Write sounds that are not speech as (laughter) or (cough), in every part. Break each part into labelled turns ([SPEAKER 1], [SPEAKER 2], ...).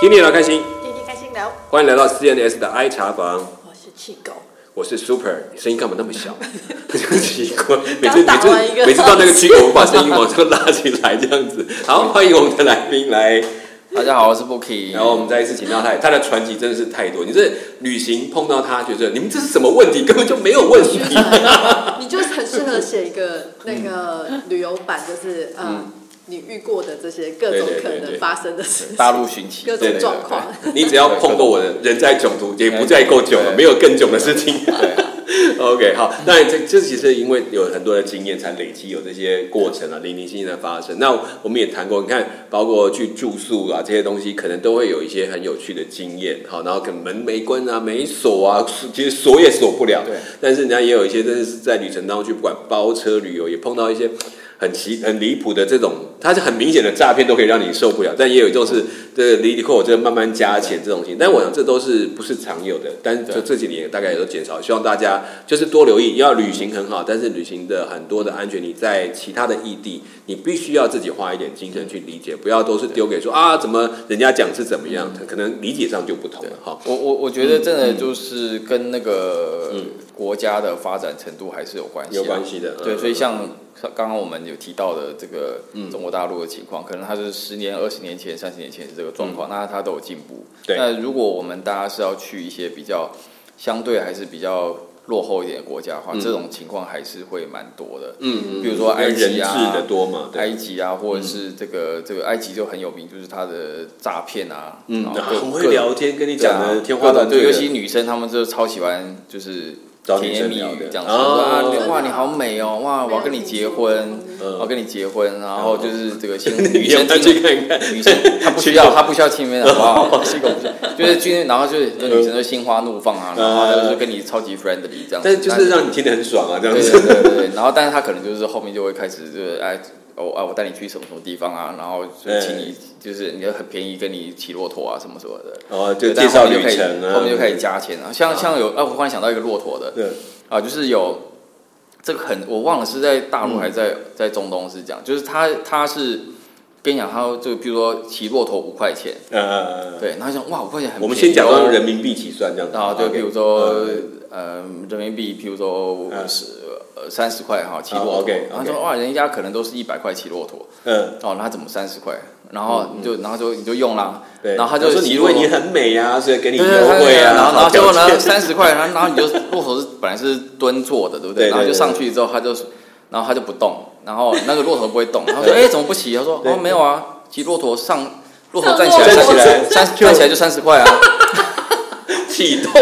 [SPEAKER 1] 听你聊开心，
[SPEAKER 2] 天天开心聊，
[SPEAKER 1] 欢迎来到 CNS 的 I 茶房，
[SPEAKER 2] 我是气狗， (laughs)
[SPEAKER 1] 我是 Super，声音干嘛那么小？ (laughs) 很奇怪，每次每
[SPEAKER 2] 刚打完一
[SPEAKER 1] 次
[SPEAKER 2] 个
[SPEAKER 1] 每次到那个区，我们把声音往上拉起来这样子。 (laughs) 好，欢迎我们的来宾来，
[SPEAKER 3] 大家好，我是 Bookie。
[SPEAKER 1] 然后我们再一次请到他，他的传奇真的是太多。你这旅行碰到他，觉得你们这是什么问题？根本就没有问题。
[SPEAKER 2] 你就是很适合写一个那个旅游版，就是呃，
[SPEAKER 3] 嗯
[SPEAKER 2] 你遇过的这些各种
[SPEAKER 1] 对对
[SPEAKER 2] 可
[SPEAKER 1] 对对
[SPEAKER 2] 能发生的事情，
[SPEAKER 3] 大陆寻奇
[SPEAKER 2] 各，
[SPEAKER 1] 对
[SPEAKER 2] 种
[SPEAKER 1] 对
[SPEAKER 2] 状况。
[SPEAKER 1] 对，你只要碰过我的人在囧途，也不再够囧了，
[SPEAKER 3] 对
[SPEAKER 1] 没有更囧的事情。(laughs)
[SPEAKER 3] 对，
[SPEAKER 1] OK，好，那这这其实因为有很多的经验，才累积有这些过程啊，零零星星的发生。那我们也谈过，你看，包括去住宿啊这些东西，可能都会有一些很有趣的经验。好，然后可能门没关啊，没锁啊，其实锁也锁不了。
[SPEAKER 3] 对，
[SPEAKER 1] 但是人家也有一些，真的是在旅程当中去，不管包车旅游，也碰到一些很奇、很离谱的这种，它是很明显的诈骗，都可以让你受不了。但也有一种是这个离离扣，这个慢慢加钱这种情，但我想这都是不是常有的，但这
[SPEAKER 3] 对
[SPEAKER 1] 这几年也大概也都减少。希望大家就是多留意，要旅行很好，但是旅行的很多的安全，你在其他的异地，你必须要自己花一点精神去理解，不要都是丢给说啊怎么人家讲是怎么
[SPEAKER 3] 嗯
[SPEAKER 1] 样，可能理解上就不同了哈。
[SPEAKER 3] 我我我觉得真
[SPEAKER 1] 嗯
[SPEAKER 3] 的就是跟那个国家的发展程度还是有关系，啊
[SPEAKER 1] 有关。系的，
[SPEAKER 3] 对，
[SPEAKER 1] 嗯
[SPEAKER 3] 所以像刚刚我们有提到的这个中国大陆的情况，可能它是十年、二十年前、三十年前是这个状况，那它都有进步。
[SPEAKER 1] 嗯对
[SPEAKER 3] 那如果我们大家是要去一些比较相对还是比较落后一点的国家的话，这种情况还是会蛮多的。
[SPEAKER 1] 嗯嗯，
[SPEAKER 3] 比如说埃
[SPEAKER 1] 人
[SPEAKER 3] 及
[SPEAKER 1] 质
[SPEAKER 3] 啊
[SPEAKER 1] 的多嘛，对嗯
[SPEAKER 3] 埃及啊，或者是这个这个埃及就很有名，就是它的诈骗啊，
[SPEAKER 1] 嗯，
[SPEAKER 3] 然后各
[SPEAKER 1] 很会聊天，跟你讲
[SPEAKER 3] 对
[SPEAKER 1] 的
[SPEAKER 3] 啊
[SPEAKER 1] 天花乱
[SPEAKER 3] 对，
[SPEAKER 1] 坠
[SPEAKER 3] 尤
[SPEAKER 1] 的，
[SPEAKER 3] 其女生她们就超喜欢就是
[SPEAKER 1] 找
[SPEAKER 3] 甜
[SPEAKER 1] 女
[SPEAKER 3] 言
[SPEAKER 1] 生
[SPEAKER 3] 蜜
[SPEAKER 1] 聊
[SPEAKER 3] 语
[SPEAKER 1] 的
[SPEAKER 3] 这样子，啊
[SPEAKER 1] 哦，
[SPEAKER 3] 哇你好美哦，哇我要跟你结婚，我要
[SPEAKER 1] 嗯，
[SPEAKER 3] 跟你结婚，然后就是这个
[SPEAKER 1] (laughs)
[SPEAKER 3] 先
[SPEAKER 1] 你
[SPEAKER 3] 女
[SPEAKER 1] 要
[SPEAKER 3] 生
[SPEAKER 1] 不要
[SPEAKER 3] 听
[SPEAKER 1] 去
[SPEAKER 3] 了。
[SPEAKER 1] 看看？
[SPEAKER 3] 女生她不需
[SPEAKER 1] (laughs)
[SPEAKER 3] 要，她不需要亲妹的好不好？这个不需要，就是就是，然后就是那女生就心花怒放啊，然后她就是跟你超级 friendly 这样子。
[SPEAKER 1] 嗯但就是让你听得很爽啊，这样
[SPEAKER 3] 对
[SPEAKER 1] 子。
[SPEAKER 3] 对对对对，然后但是他可能就是后面就会开始就是哎。哦啊，我带你去什么什么地方啊，然后就请你就是你就很便宜，跟你骑骆驼啊什么什么的，
[SPEAKER 1] 哦，就
[SPEAKER 3] 但
[SPEAKER 1] 介
[SPEAKER 3] 是后
[SPEAKER 1] 绍旅
[SPEAKER 3] 面就开始
[SPEAKER 1] 程啊，
[SPEAKER 3] 后面就开始加钱啊，像像有啊，我忽然想到一个骆驼的
[SPEAKER 1] 对，
[SPEAKER 3] 啊，就是有这个很我忘了是在大
[SPEAKER 1] 嗯
[SPEAKER 3] 陆还是在在中东是这样，就是他他是跟你讲他就比如说骑骆驼五块钱，
[SPEAKER 1] 呃，
[SPEAKER 3] 对，然后想哇五块钱很便宜哦，
[SPEAKER 1] 我们先假装人民币起算这样子
[SPEAKER 3] 啊，对，
[SPEAKER 1] OK
[SPEAKER 3] 比如说
[SPEAKER 1] 嗯
[SPEAKER 3] 呃人民币，比如说五
[SPEAKER 1] 嗯
[SPEAKER 3] 十呃三十块哈，骑骆
[SPEAKER 1] 啊
[SPEAKER 3] 驼，
[SPEAKER 1] ，OK，OK
[SPEAKER 3] 然后说哇，人家可能都是一百块骑骆驼，
[SPEAKER 1] 嗯，
[SPEAKER 3] 哦，那他怎么三十块？然后你就然后就你就用啦，
[SPEAKER 1] 对，
[SPEAKER 3] 然后他
[SPEAKER 1] 我
[SPEAKER 3] 就
[SPEAKER 1] 说
[SPEAKER 3] 骑
[SPEAKER 1] 你
[SPEAKER 3] 骆
[SPEAKER 1] 为
[SPEAKER 3] 驼
[SPEAKER 1] 你很美啊，所以给你
[SPEAKER 3] 对
[SPEAKER 1] 优
[SPEAKER 3] 对对对
[SPEAKER 1] 惠啊，
[SPEAKER 3] 然后然后
[SPEAKER 1] 好
[SPEAKER 3] 结果
[SPEAKER 1] 表
[SPEAKER 3] 呢
[SPEAKER 1] 现
[SPEAKER 3] 三十块，然后然后你就骆驼是本来是蹲坐的，对不
[SPEAKER 1] 对对
[SPEAKER 3] 然后就
[SPEAKER 1] 对
[SPEAKER 3] 上去之后他就然后他就不动，然后那个骆驼不会动，然后说哎怎么不骑？他说
[SPEAKER 1] 对
[SPEAKER 3] 哦没有啊，骑骆驼上。骆驼
[SPEAKER 2] 上
[SPEAKER 3] 站起来，
[SPEAKER 1] 骆驼
[SPEAKER 3] 三十站起来就三十块啊！
[SPEAKER 1] 启
[SPEAKER 3] (laughs)
[SPEAKER 1] 动，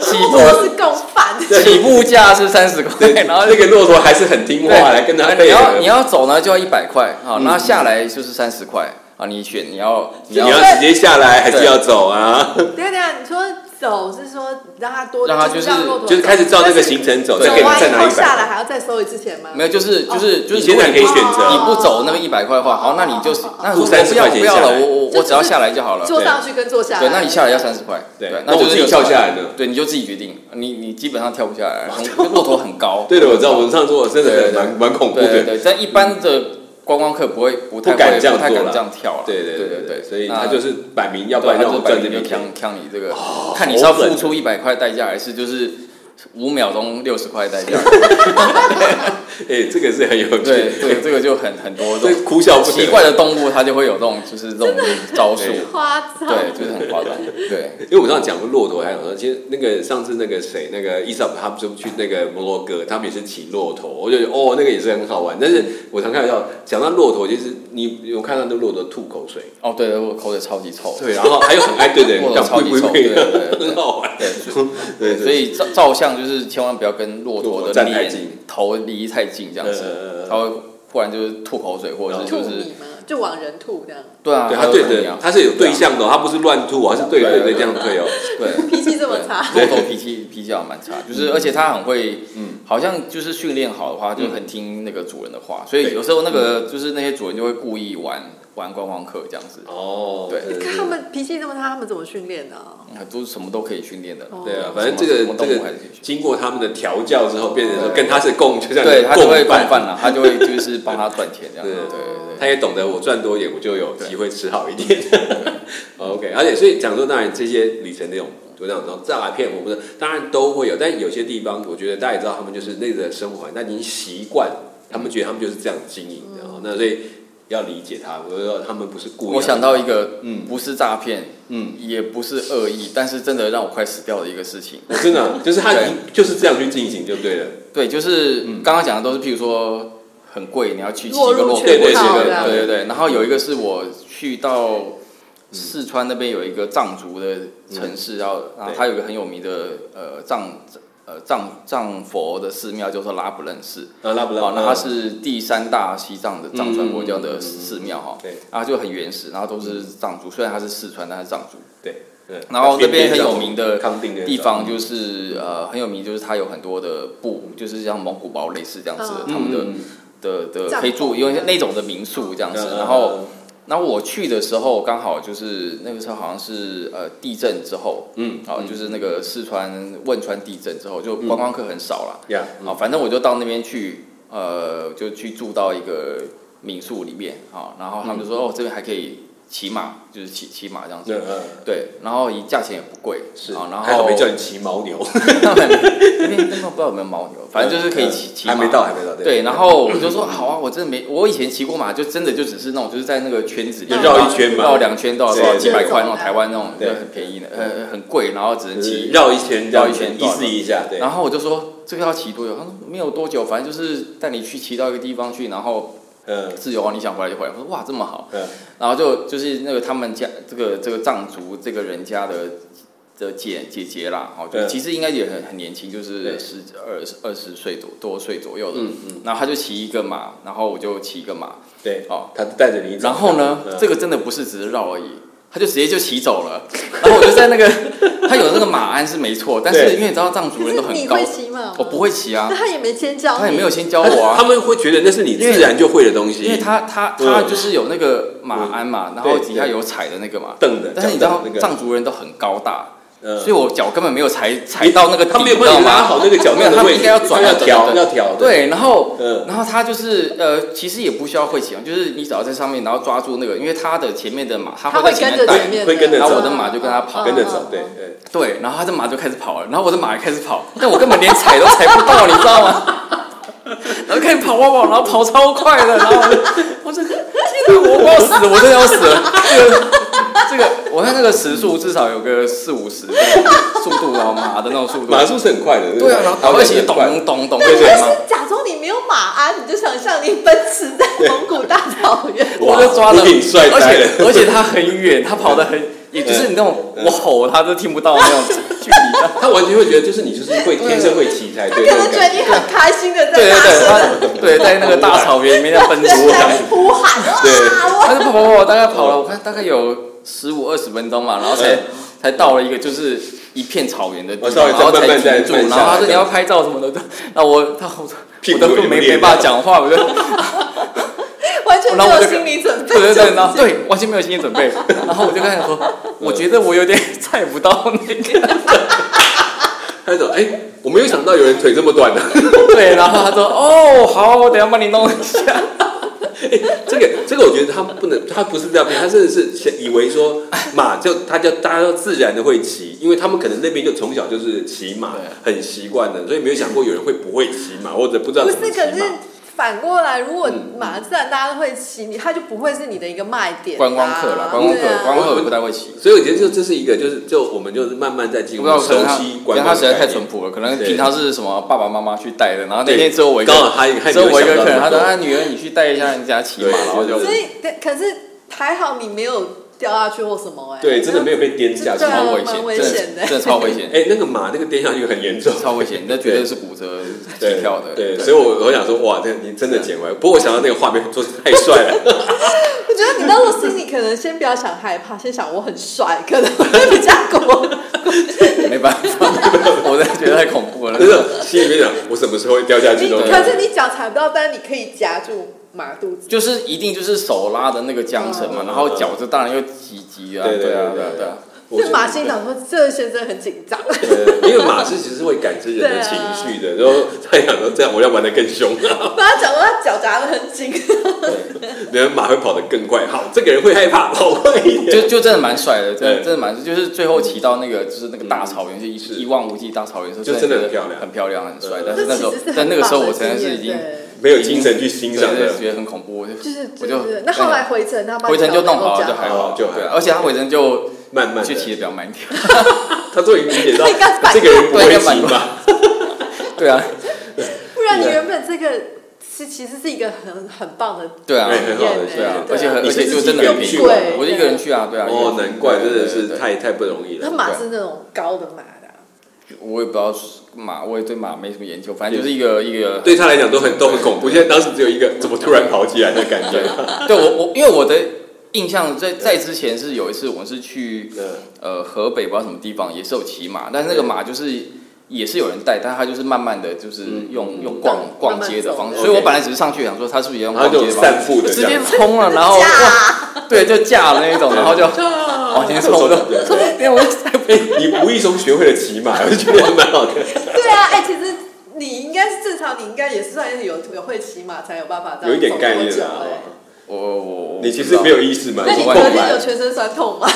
[SPEAKER 3] 起
[SPEAKER 2] (laughs) 我
[SPEAKER 3] 步
[SPEAKER 2] 是共犯，
[SPEAKER 1] (laughs)
[SPEAKER 3] 起步价是三十块，然后
[SPEAKER 1] 那个骆驼还是很听
[SPEAKER 3] 对
[SPEAKER 1] 话，来跟他
[SPEAKER 3] 你
[SPEAKER 1] 配
[SPEAKER 3] 要
[SPEAKER 1] 合
[SPEAKER 3] 你。要走呢就要一百块，好，
[SPEAKER 1] 嗯
[SPEAKER 3] 然后下来就是三十块啊，你选你要你
[SPEAKER 1] 你
[SPEAKER 3] 要
[SPEAKER 1] 要直接下来还是要走啊？
[SPEAKER 2] (laughs) 对对啊，你说走是说让他多，
[SPEAKER 3] 让他就是
[SPEAKER 2] 让骆驼
[SPEAKER 1] 就是开始照那个
[SPEAKER 2] 但是
[SPEAKER 1] 行程走，
[SPEAKER 2] 走
[SPEAKER 1] 再给你
[SPEAKER 2] 完
[SPEAKER 1] 再
[SPEAKER 2] 以
[SPEAKER 1] 拿
[SPEAKER 2] 后
[SPEAKER 1] 一
[SPEAKER 2] 下
[SPEAKER 1] 百。
[SPEAKER 2] 来还要再收一次钱吗？
[SPEAKER 3] 没有就是就是就是
[SPEAKER 1] 哦你现在可以选择哦
[SPEAKER 3] 你不走那个一百块的话，好，那你就是那
[SPEAKER 1] 付
[SPEAKER 3] 我
[SPEAKER 1] 30
[SPEAKER 3] 不要
[SPEAKER 1] 块钱
[SPEAKER 3] 不要
[SPEAKER 1] 下
[SPEAKER 3] 了，
[SPEAKER 1] 来
[SPEAKER 3] 我我
[SPEAKER 2] 就
[SPEAKER 3] 我只要下来就好了。
[SPEAKER 2] 坐上去跟坐下来，
[SPEAKER 3] 啊对，那你下来要三十块，
[SPEAKER 1] 对
[SPEAKER 3] 那
[SPEAKER 1] 那
[SPEAKER 3] 就
[SPEAKER 1] 我
[SPEAKER 3] 是
[SPEAKER 1] 自己
[SPEAKER 3] 有时候
[SPEAKER 1] 跳下来呢
[SPEAKER 3] 对，你就自己决定，你你基本上跳不下来，很骆驼很高。
[SPEAKER 1] 对的，我知道，我们上次我真的
[SPEAKER 3] 对对对
[SPEAKER 1] 蛮蛮恐怖
[SPEAKER 3] 对对
[SPEAKER 1] 的。
[SPEAKER 3] 对，但一般的观光客不会不太
[SPEAKER 1] 不敢
[SPEAKER 3] 会
[SPEAKER 1] 这样
[SPEAKER 3] 不太敢
[SPEAKER 1] 做啦
[SPEAKER 3] 这样跳了。
[SPEAKER 1] 对
[SPEAKER 3] 对
[SPEAKER 1] 对
[SPEAKER 3] 对
[SPEAKER 1] 对，所以他
[SPEAKER 3] 那
[SPEAKER 1] 就是摆明，要不
[SPEAKER 3] 对
[SPEAKER 1] 然
[SPEAKER 3] 他
[SPEAKER 1] 让
[SPEAKER 3] 就
[SPEAKER 1] 我
[SPEAKER 3] 摆
[SPEAKER 1] 赚
[SPEAKER 3] 明
[SPEAKER 1] 这笔
[SPEAKER 3] 就
[SPEAKER 1] 钱。
[SPEAKER 3] 呛呛你这个，看你是要
[SPEAKER 1] 哦好狠
[SPEAKER 3] 付出一百块代价，还是就是五秒钟六十块代
[SPEAKER 1] (laughs)
[SPEAKER 3] 价？
[SPEAKER 1] 哎，这个是很有趣
[SPEAKER 3] 对
[SPEAKER 1] 的，
[SPEAKER 3] 对，这个就很很多这
[SPEAKER 1] 这
[SPEAKER 3] 种
[SPEAKER 1] 哭笑不得
[SPEAKER 3] 奇怪的动物，它就会有这种就是这种招数，
[SPEAKER 2] 夸张，
[SPEAKER 3] 对，就是很夸张。对，
[SPEAKER 1] 因为我上次讲过骆驼，还有说，其实那个上次那个谁，那个伊萨普，他们就去那个摩洛哥，他们也是骑骆驼，我就觉得哦，那个也是很好玩。但是我常开玩笑，讲到骆驼，就是你有看到那骆驼吐口水，
[SPEAKER 3] 哦对，我口水超级臭，
[SPEAKER 1] 对，然后还有很爱对的人
[SPEAKER 3] 啊骆
[SPEAKER 1] 这样
[SPEAKER 3] 驼超级臭，对对对对
[SPEAKER 1] 很好玩。
[SPEAKER 3] 对。
[SPEAKER 1] (laughs) 对，
[SPEAKER 3] (laughs) 所以照照相就是千万不要跟
[SPEAKER 1] 骆
[SPEAKER 3] 骆驼
[SPEAKER 1] 驼
[SPEAKER 3] 的
[SPEAKER 1] 站太
[SPEAKER 3] 脸
[SPEAKER 1] 近
[SPEAKER 3] 头离太近，这样
[SPEAKER 1] 呃
[SPEAKER 3] 子，它会忽然就是吐口水，或者是
[SPEAKER 2] 吐
[SPEAKER 3] 就是
[SPEAKER 2] 你吗？就往人吐这样，
[SPEAKER 3] 对啊，
[SPEAKER 1] 对
[SPEAKER 3] 它
[SPEAKER 1] 他
[SPEAKER 3] 会
[SPEAKER 1] 对
[SPEAKER 3] 吐你
[SPEAKER 1] 的
[SPEAKER 3] 啊，
[SPEAKER 1] 他是有对象的哦，他不是乱吐哦，他是对对
[SPEAKER 3] 对
[SPEAKER 1] 对
[SPEAKER 3] 对
[SPEAKER 1] 这样对哦。
[SPEAKER 3] 对。
[SPEAKER 2] 脾气这么差，
[SPEAKER 3] 骆驼脾气脾气好像蛮差，就是而且它很会，
[SPEAKER 1] 嗯
[SPEAKER 3] 好像就是
[SPEAKER 1] 嗯
[SPEAKER 3] 训练好的话，就很听那个主人的话，所以有时候那个就是那些主人就会故意玩玩观光客这样子，
[SPEAKER 1] 哦，
[SPEAKER 3] 对
[SPEAKER 1] 真的是
[SPEAKER 2] 他们脾气这么差，他们怎么训练的啊？
[SPEAKER 3] 嗯都是什么都可以训练的啦。
[SPEAKER 2] 哦
[SPEAKER 1] 对啊，
[SPEAKER 3] 什么
[SPEAKER 1] 反正这
[SPEAKER 3] 什
[SPEAKER 1] 个
[SPEAKER 3] 么
[SPEAKER 1] 这
[SPEAKER 3] 动物还
[SPEAKER 1] 个
[SPEAKER 3] 是可以训
[SPEAKER 1] 经过他们的调教之后，变成说
[SPEAKER 3] 对
[SPEAKER 1] 跟他是共，就像
[SPEAKER 3] 对他就会惯
[SPEAKER 1] 共
[SPEAKER 3] 犯了，他就会就是帮他赚钱这样。
[SPEAKER 1] 对
[SPEAKER 3] 对
[SPEAKER 1] 对
[SPEAKER 2] 对
[SPEAKER 3] 对对
[SPEAKER 1] 他也懂得我赚多一点，我就有机会吃好一点。OK，而哦且所以讲说，当然这些旅程那种，就那种那种诈骗，我不是当然都会有，但有些地方我觉得大家也知道，他们就是那个生活环境，那已经习惯，他们觉得他们就是这样经营
[SPEAKER 3] 嗯
[SPEAKER 1] 的，然后那所以要理解他，我就说他们不是故意。
[SPEAKER 3] 我想到一个，
[SPEAKER 1] 嗯
[SPEAKER 3] 不是诈骗，
[SPEAKER 1] 嗯，
[SPEAKER 3] 也不是恶意，但是真的让我快死掉的一个事情。
[SPEAKER 1] 我真的啊就是他已
[SPEAKER 3] 对
[SPEAKER 1] 经就是这样去进行就对了，
[SPEAKER 3] 对，就是刚刚讲的都是，譬如说很贵，你要去骑
[SPEAKER 2] 落
[SPEAKER 3] 个
[SPEAKER 2] 入
[SPEAKER 3] 落
[SPEAKER 2] 圈
[SPEAKER 1] 对对
[SPEAKER 3] 对
[SPEAKER 1] 套
[SPEAKER 3] 对
[SPEAKER 1] 这样
[SPEAKER 3] 对对对。然后有一个是我去到四川那边有一个藏族的城市，然后然后它有一个很有名的呃藏呃藏藏佛的寺庙，叫做拉卜楞寺。
[SPEAKER 1] 啊，拉不拉
[SPEAKER 3] 哦，
[SPEAKER 1] 不
[SPEAKER 3] 那
[SPEAKER 1] 拉
[SPEAKER 3] 它？是第三大西藏的藏传佛教的寺庙哈，
[SPEAKER 1] 对
[SPEAKER 3] 然后就很原始，然后都是藏族，虽然它是四川，但是藏族
[SPEAKER 1] 对，嗯
[SPEAKER 3] 然后那边很有名的
[SPEAKER 1] 康定的
[SPEAKER 3] 地方就是呃很有名，就是它有很多的布，就是像蒙古包类似这样子的，
[SPEAKER 1] 嗯
[SPEAKER 3] 他们的的的
[SPEAKER 2] 帐
[SPEAKER 3] 可以住，
[SPEAKER 2] 篷
[SPEAKER 3] 因为那种的民宿这样
[SPEAKER 1] 嗯
[SPEAKER 3] 子，然后。那我去的时候刚好就是那个时候好像是呃地震之后，
[SPEAKER 1] 嗯
[SPEAKER 3] 啊、就是那个四川汶川地震之后，就观光客很少啦。
[SPEAKER 1] 呀，
[SPEAKER 3] 啊、反正我就到那边去，呃，就去住到一个民宿里面啊、然后他们就说、哦，这边还可以骑马，就是骑骑马这样子，
[SPEAKER 1] 嗯嗯
[SPEAKER 3] 对，然后一价钱也不贵，
[SPEAKER 1] 是，
[SPEAKER 3] 啊、然
[SPEAKER 1] 还好
[SPEAKER 3] 后
[SPEAKER 1] 没叫你骑牦牛，
[SPEAKER 3] 他们 (laughs) 那边根本不知道有没有牦牛，反正就是可以骑骑马，
[SPEAKER 1] 嗯还没到，还没到，
[SPEAKER 3] 对，然后我就说好啊，我真的没，我以前骑过马，就真的就只是那种，就是在那个圈子里
[SPEAKER 1] 就
[SPEAKER 3] 面
[SPEAKER 1] 绕一圈嘛
[SPEAKER 3] 绕两圈多少多
[SPEAKER 1] 对
[SPEAKER 3] 少几百块那种
[SPEAKER 2] 对
[SPEAKER 3] 台湾那种，
[SPEAKER 1] 对
[SPEAKER 3] 就很便宜的，呃，很贵，然后只能
[SPEAKER 1] 就是
[SPEAKER 3] 骑。
[SPEAKER 1] 绕一圈，
[SPEAKER 3] 绕一圈
[SPEAKER 1] 意思一下，对，
[SPEAKER 3] 然后我就说这个要骑多久？他说没有多久，反正就是带你去骑到一个地方去，然后
[SPEAKER 1] 嗯
[SPEAKER 3] 自由啊，你想回来就回来。我说哇，这么好。
[SPEAKER 1] 嗯
[SPEAKER 3] 然后就就是那个他们家这个这个藏族这个人家的的姐姐姐啦，哦，就
[SPEAKER 1] 对
[SPEAKER 3] 其实应该也很很年轻，就
[SPEAKER 1] 对
[SPEAKER 3] 是十二十二十岁左多岁左右的。
[SPEAKER 1] 嗯嗯，
[SPEAKER 3] 然后他就骑一个马，然后我就骑一个马，
[SPEAKER 1] 对，
[SPEAKER 3] 哦，
[SPEAKER 1] 他带着你走，
[SPEAKER 3] 然后呢，
[SPEAKER 1] 嗯
[SPEAKER 3] 这个真的不是只是绕而已，他就直接就骑走了。 (laughs) 然后我就在那个，他有那个马鞍是没错，但是
[SPEAKER 1] 对
[SPEAKER 3] 因为你知道藏族
[SPEAKER 2] 可
[SPEAKER 3] 人都
[SPEAKER 2] 是
[SPEAKER 3] 很
[SPEAKER 2] 你
[SPEAKER 3] 高
[SPEAKER 2] 会，骑吗？
[SPEAKER 3] 我不会骑啊
[SPEAKER 2] 那，他也没尖叫，
[SPEAKER 3] 他也没有先教
[SPEAKER 1] 他
[SPEAKER 3] 我
[SPEAKER 1] 他
[SPEAKER 3] 啊，
[SPEAKER 1] 们会觉得那是你自然就会的东西，
[SPEAKER 3] 因为他他
[SPEAKER 1] 嗯
[SPEAKER 3] 他就是有那个马鞍嘛，然后
[SPEAKER 1] 对
[SPEAKER 3] 底下有踩的那个嘛，
[SPEAKER 1] 蹬的，
[SPEAKER 3] 但是你知道
[SPEAKER 1] 那个，
[SPEAKER 3] 藏族人都很高大，
[SPEAKER 1] 嗯
[SPEAKER 3] 所以我脚根本没有踩踩到那个底，
[SPEAKER 1] 他没有
[SPEAKER 3] 你知
[SPEAKER 1] 帮
[SPEAKER 3] 道
[SPEAKER 1] 你
[SPEAKER 3] 吗
[SPEAKER 1] 拉好那个脚
[SPEAKER 3] 没有
[SPEAKER 1] 面的
[SPEAKER 3] 他们
[SPEAKER 1] 位置，
[SPEAKER 3] 应该要转
[SPEAKER 1] 他要
[SPEAKER 3] 等等
[SPEAKER 1] 调
[SPEAKER 3] 等
[SPEAKER 1] 要调，，
[SPEAKER 3] 对，然后，
[SPEAKER 1] 嗯
[SPEAKER 3] 然后他就是呃，其实也不需要会骑，就是你只要在上面，然后抓住那个，因为他的前面的马，他
[SPEAKER 2] 他
[SPEAKER 3] 会
[SPEAKER 2] 会
[SPEAKER 3] 在前
[SPEAKER 2] 跟
[SPEAKER 3] 面
[SPEAKER 2] 着
[SPEAKER 3] 带，
[SPEAKER 2] 前面，
[SPEAKER 1] 会跟着
[SPEAKER 3] 然后
[SPEAKER 1] 走
[SPEAKER 3] 我的马就跟他
[SPEAKER 1] 嗯
[SPEAKER 3] 跑，
[SPEAKER 1] 跟着走，
[SPEAKER 2] 嗯
[SPEAKER 1] 对
[SPEAKER 2] 嗯嗯
[SPEAKER 1] 对，
[SPEAKER 3] 啊对，然后他的马就开始跑了，然后我的马也开始
[SPEAKER 2] (laughs)
[SPEAKER 3] 跑，但我根本连踩都踩不到，你知道吗？ (laughs) 然后开始跑跑跑，然后跑超快的，然后我就我真的天哪，我我要死了，我真的要死了， (laughs) 这个这个，我看那个时速至少有个四五十速度，然后马的那种速度，
[SPEAKER 1] 马术是很快的，
[SPEAKER 3] 对啊，然后
[SPEAKER 1] 跑
[SPEAKER 3] 跑
[SPEAKER 1] 得
[SPEAKER 3] 在一起
[SPEAKER 1] 很
[SPEAKER 3] 咚
[SPEAKER 1] 快
[SPEAKER 3] 咚咚咚，
[SPEAKER 2] 但
[SPEAKER 3] 对吗？
[SPEAKER 2] 是假装你没有马鞍，你就想象你奔驰在蒙古大草
[SPEAKER 3] (laughs)
[SPEAKER 2] 原。
[SPEAKER 1] 哇
[SPEAKER 3] 我就抓了，
[SPEAKER 1] 你挺帅呆
[SPEAKER 3] 而
[SPEAKER 1] 了
[SPEAKER 3] 且而且他很远，他跑得很，也就是你那种
[SPEAKER 1] 嗯
[SPEAKER 3] 我吼他都听不到那种距离。
[SPEAKER 1] 他完全会觉得就是你就是会天生会骑才
[SPEAKER 2] 他
[SPEAKER 3] 啊
[SPEAKER 1] 对，
[SPEAKER 2] 可能
[SPEAKER 1] 那种
[SPEAKER 2] 觉
[SPEAKER 1] 感
[SPEAKER 2] 得你很开心的在
[SPEAKER 3] (laughs) 对
[SPEAKER 2] 大
[SPEAKER 3] 对对，
[SPEAKER 2] 声
[SPEAKER 3] 他对在那个大草原里面在奔
[SPEAKER 2] 的
[SPEAKER 3] 波，
[SPEAKER 2] 在呼喊哇！ (laughs)
[SPEAKER 1] 对
[SPEAKER 2] 我
[SPEAKER 3] 他就跑跑跑，大概跑了我看大概有十五二十分钟嘛，然后才
[SPEAKER 1] 嗯
[SPEAKER 3] 才到了一个就是一片草原的地
[SPEAKER 1] 我稍
[SPEAKER 3] 方，
[SPEAKER 1] 微
[SPEAKER 3] 然
[SPEAKER 1] 再
[SPEAKER 3] 后
[SPEAKER 1] 慢慢
[SPEAKER 3] 才
[SPEAKER 1] 再
[SPEAKER 3] 停住，
[SPEAKER 1] 慢
[SPEAKER 3] 然
[SPEAKER 1] 下
[SPEAKER 3] 后他
[SPEAKER 1] 来
[SPEAKER 3] 说你要拍照什么的，那我他我
[SPEAKER 1] 屁股
[SPEAKER 3] 我都
[SPEAKER 1] 有
[SPEAKER 3] 没
[SPEAKER 1] 裂
[SPEAKER 3] 没办法讲话，
[SPEAKER 1] (laughs)
[SPEAKER 3] 我就
[SPEAKER 2] 完全没
[SPEAKER 3] 然后我
[SPEAKER 2] 有
[SPEAKER 3] 就
[SPEAKER 2] 心理准备，
[SPEAKER 3] 对对
[SPEAKER 2] 就
[SPEAKER 3] 对，然后对完全没有心理准备，然后我就跟他说，
[SPEAKER 1] 嗯
[SPEAKER 3] 我觉得我有点 (laughs) 踩不到那个。
[SPEAKER 1] (laughs) 他就说哎，我没有想到有人腿这么短的。
[SPEAKER 3] 对，然后他说：“哦，好，我等一下帮你弄一
[SPEAKER 1] 啊
[SPEAKER 3] 下。
[SPEAKER 1] (laughs) 这个这个，我觉得他不能，他不是这样骗，他真的是想以为说马就他就大家都自然的会骑，因为他们可能那边就从小就是骑马
[SPEAKER 3] 对，
[SPEAKER 1] 很习惯的，所以没有想过有人会不会骑马或者不知道
[SPEAKER 2] 不
[SPEAKER 1] 怎么
[SPEAKER 2] 是，
[SPEAKER 1] 骑
[SPEAKER 2] 可是
[SPEAKER 1] 马。
[SPEAKER 2] 反过来，如果
[SPEAKER 1] 嗯
[SPEAKER 2] 马自然大家都会骑，你它就不会是你的一个卖点啊。
[SPEAKER 3] 观光客啦，观光客，
[SPEAKER 2] 对啊
[SPEAKER 3] 观光客不太会骑。
[SPEAKER 1] 所以我觉得这这是一个，就是就我们就是慢慢在进
[SPEAKER 3] 不
[SPEAKER 1] 入
[SPEAKER 3] 知道
[SPEAKER 1] 熟
[SPEAKER 3] 可能他，
[SPEAKER 1] 悉
[SPEAKER 3] 可
[SPEAKER 1] 观
[SPEAKER 3] 能他
[SPEAKER 1] 光
[SPEAKER 3] 实
[SPEAKER 1] 的
[SPEAKER 3] 在太
[SPEAKER 1] 概念
[SPEAKER 3] 淳。朴了，可能
[SPEAKER 1] 对
[SPEAKER 3] 平常是什么爸爸妈妈去带的，然后那
[SPEAKER 1] 对
[SPEAKER 3] 天只有我一
[SPEAKER 1] 刚好
[SPEAKER 3] 个，
[SPEAKER 1] 他他
[SPEAKER 3] 只有我一个客人，
[SPEAKER 1] 他
[SPEAKER 3] 他说：“啊，女儿，你去带一下人家骑马。”
[SPEAKER 1] 对
[SPEAKER 3] 然后就
[SPEAKER 1] 就是
[SPEAKER 2] 所以，可可是还好你没有掉下去或什么哎、
[SPEAKER 1] 对，真的没有被颠下去
[SPEAKER 2] 对。啊
[SPEAKER 3] 超危
[SPEAKER 2] 蛮
[SPEAKER 3] 险，
[SPEAKER 2] 危
[SPEAKER 3] 真
[SPEAKER 2] 险的
[SPEAKER 3] 的真的超危险，
[SPEAKER 1] 哎，那个马那个颠下去很严重。
[SPEAKER 3] 超危险，那绝对是骨折
[SPEAKER 1] 对
[SPEAKER 3] 起跳的。
[SPEAKER 1] 对，所以我我想说，哇，这个你真的捡回来。不过我想到那个画面，说太帅了，
[SPEAKER 2] 我觉得你那时候心里可能先不要想害怕，先想我很帅，可能会比较过。
[SPEAKER 3] 没办法， (laughs) 我真的觉得太恐怖了
[SPEAKER 1] 真。的心里面想，我什么时候会掉下去
[SPEAKER 2] 你
[SPEAKER 1] 都没有。
[SPEAKER 2] 可是你脚踩不到，但是你可以夹住马肚子，
[SPEAKER 3] 就是一定就是手拉的那个缰绳嘛，
[SPEAKER 1] 嗯
[SPEAKER 3] 然后脚就当然又挤挤啊，
[SPEAKER 1] 对对
[SPEAKER 3] 啊
[SPEAKER 1] 对
[SPEAKER 3] 对啊
[SPEAKER 1] 对
[SPEAKER 3] 对啊。
[SPEAKER 1] 我觉
[SPEAKER 2] 就
[SPEAKER 1] 得
[SPEAKER 2] 马心想说这先生很紧
[SPEAKER 3] (laughs)
[SPEAKER 2] 张，
[SPEAKER 1] 对，因为马是其实会感知人的情绪的，然后他想说这样我要玩的更凶啊，
[SPEAKER 2] 把他讲到他脚夹的很紧，
[SPEAKER 1] 然后马会跑得更快。好，这个人会害怕，跑快一点。
[SPEAKER 3] 就就真的蛮帅的，真的
[SPEAKER 1] 对
[SPEAKER 3] 真的蛮，就是最后骑到那个就是那个大草原，就
[SPEAKER 1] 嗯是
[SPEAKER 3] 一一望无际大草原的时候，
[SPEAKER 1] 就真的很漂亮
[SPEAKER 3] 很漂亮，很帅。
[SPEAKER 1] 嗯
[SPEAKER 3] 但是
[SPEAKER 2] 这
[SPEAKER 3] 那时候
[SPEAKER 2] 其实是，
[SPEAKER 3] 但
[SPEAKER 2] 很
[SPEAKER 3] 那个时候
[SPEAKER 2] 棒
[SPEAKER 3] 我
[SPEAKER 2] 的
[SPEAKER 3] 真的
[SPEAKER 2] 经
[SPEAKER 3] 是
[SPEAKER 2] 验
[SPEAKER 3] 已经
[SPEAKER 2] 对
[SPEAKER 1] 没有精神去欣赏
[SPEAKER 3] 对
[SPEAKER 1] 的
[SPEAKER 3] 对，觉得很恐怖，我就
[SPEAKER 2] 就是就
[SPEAKER 3] 我就哎
[SPEAKER 2] 是，那后来回程他帮你
[SPEAKER 3] 回程就弄好
[SPEAKER 2] 找
[SPEAKER 3] 了，
[SPEAKER 2] 那
[SPEAKER 3] 就
[SPEAKER 2] 个夹
[SPEAKER 3] 还好，
[SPEAKER 1] 哦就还好
[SPEAKER 3] 对啊而且他回程就
[SPEAKER 1] 慢慢
[SPEAKER 3] 就骑
[SPEAKER 1] 的，
[SPEAKER 3] 的比较慢一点，
[SPEAKER 1] 他终于理解到
[SPEAKER 2] 应该反
[SPEAKER 1] 这个人不会
[SPEAKER 3] 应该反
[SPEAKER 1] 骑马，
[SPEAKER 3] 对啊，
[SPEAKER 2] 不然你原本这个是其实是一个很很棒的，
[SPEAKER 3] 对啊，
[SPEAKER 1] 对很好的
[SPEAKER 3] 对啊，
[SPEAKER 2] 对
[SPEAKER 3] 而且很
[SPEAKER 1] 你
[SPEAKER 3] 而
[SPEAKER 1] 是
[SPEAKER 3] 且就
[SPEAKER 1] 自己
[SPEAKER 3] 真的
[SPEAKER 1] 一个人
[SPEAKER 3] 很便宜
[SPEAKER 1] 去
[SPEAKER 2] 吗
[SPEAKER 3] 我我一个人去啊啊，对啊，
[SPEAKER 1] 哦，难怪真的是
[SPEAKER 3] 对对对
[SPEAKER 1] 太太不容易
[SPEAKER 2] 他
[SPEAKER 1] 了。啊
[SPEAKER 2] 马是那种高的马
[SPEAKER 3] (laughs)
[SPEAKER 2] 的啊，
[SPEAKER 3] 我也不知道是马，我也对马没什么研究，反正就是一个一个
[SPEAKER 1] 对他来讲都很都很恐怖，现在当时只有一个怎么突然跑起来的感觉。
[SPEAKER 3] (laughs) 对我我因为我的印象在在之前是有一次我是去
[SPEAKER 1] 嗯
[SPEAKER 3] 呃河北不知道什么地方也是有骑马，但是那个马就是也是有人带，但他就是慢慢的就是用、用逛
[SPEAKER 2] 慢慢
[SPEAKER 3] 逛街的
[SPEAKER 2] 走
[SPEAKER 3] 方
[SPEAKER 1] 嗯
[SPEAKER 3] 式，
[SPEAKER 1] OK
[SPEAKER 3] 所以我本来只是上去想说他是不是也用
[SPEAKER 1] 然后
[SPEAKER 3] 逛
[SPEAKER 1] 就
[SPEAKER 3] 街
[SPEAKER 1] 有
[SPEAKER 3] 的方
[SPEAKER 1] 散
[SPEAKER 3] 式，
[SPEAKER 1] 步的
[SPEAKER 3] 直
[SPEAKER 1] 这
[SPEAKER 3] 接
[SPEAKER 1] 样，
[SPEAKER 3] 冲
[SPEAKER 2] (laughs)
[SPEAKER 3] 了，然后 (laughs) 对就架了那一种，然后就往前冲的，
[SPEAKER 1] 对
[SPEAKER 2] (laughs)
[SPEAKER 3] 冲一点我就在被
[SPEAKER 1] 你无意中学会了骑马，我就觉得蛮好的。
[SPEAKER 2] 对啊，哎，其实你应该是正常，你应该也是算是有有会骑马才有办法这样
[SPEAKER 1] 有一点
[SPEAKER 2] 走
[SPEAKER 1] 概
[SPEAKER 2] 那么
[SPEAKER 1] 念
[SPEAKER 2] 久
[SPEAKER 1] 啊
[SPEAKER 3] 哦
[SPEAKER 2] 哎。
[SPEAKER 3] 我我我
[SPEAKER 1] 你其实没有意识嘛，
[SPEAKER 2] 那
[SPEAKER 1] 是
[SPEAKER 2] 你
[SPEAKER 1] 空
[SPEAKER 2] 隔天有
[SPEAKER 1] 白。
[SPEAKER 2] 全身酸痛吗？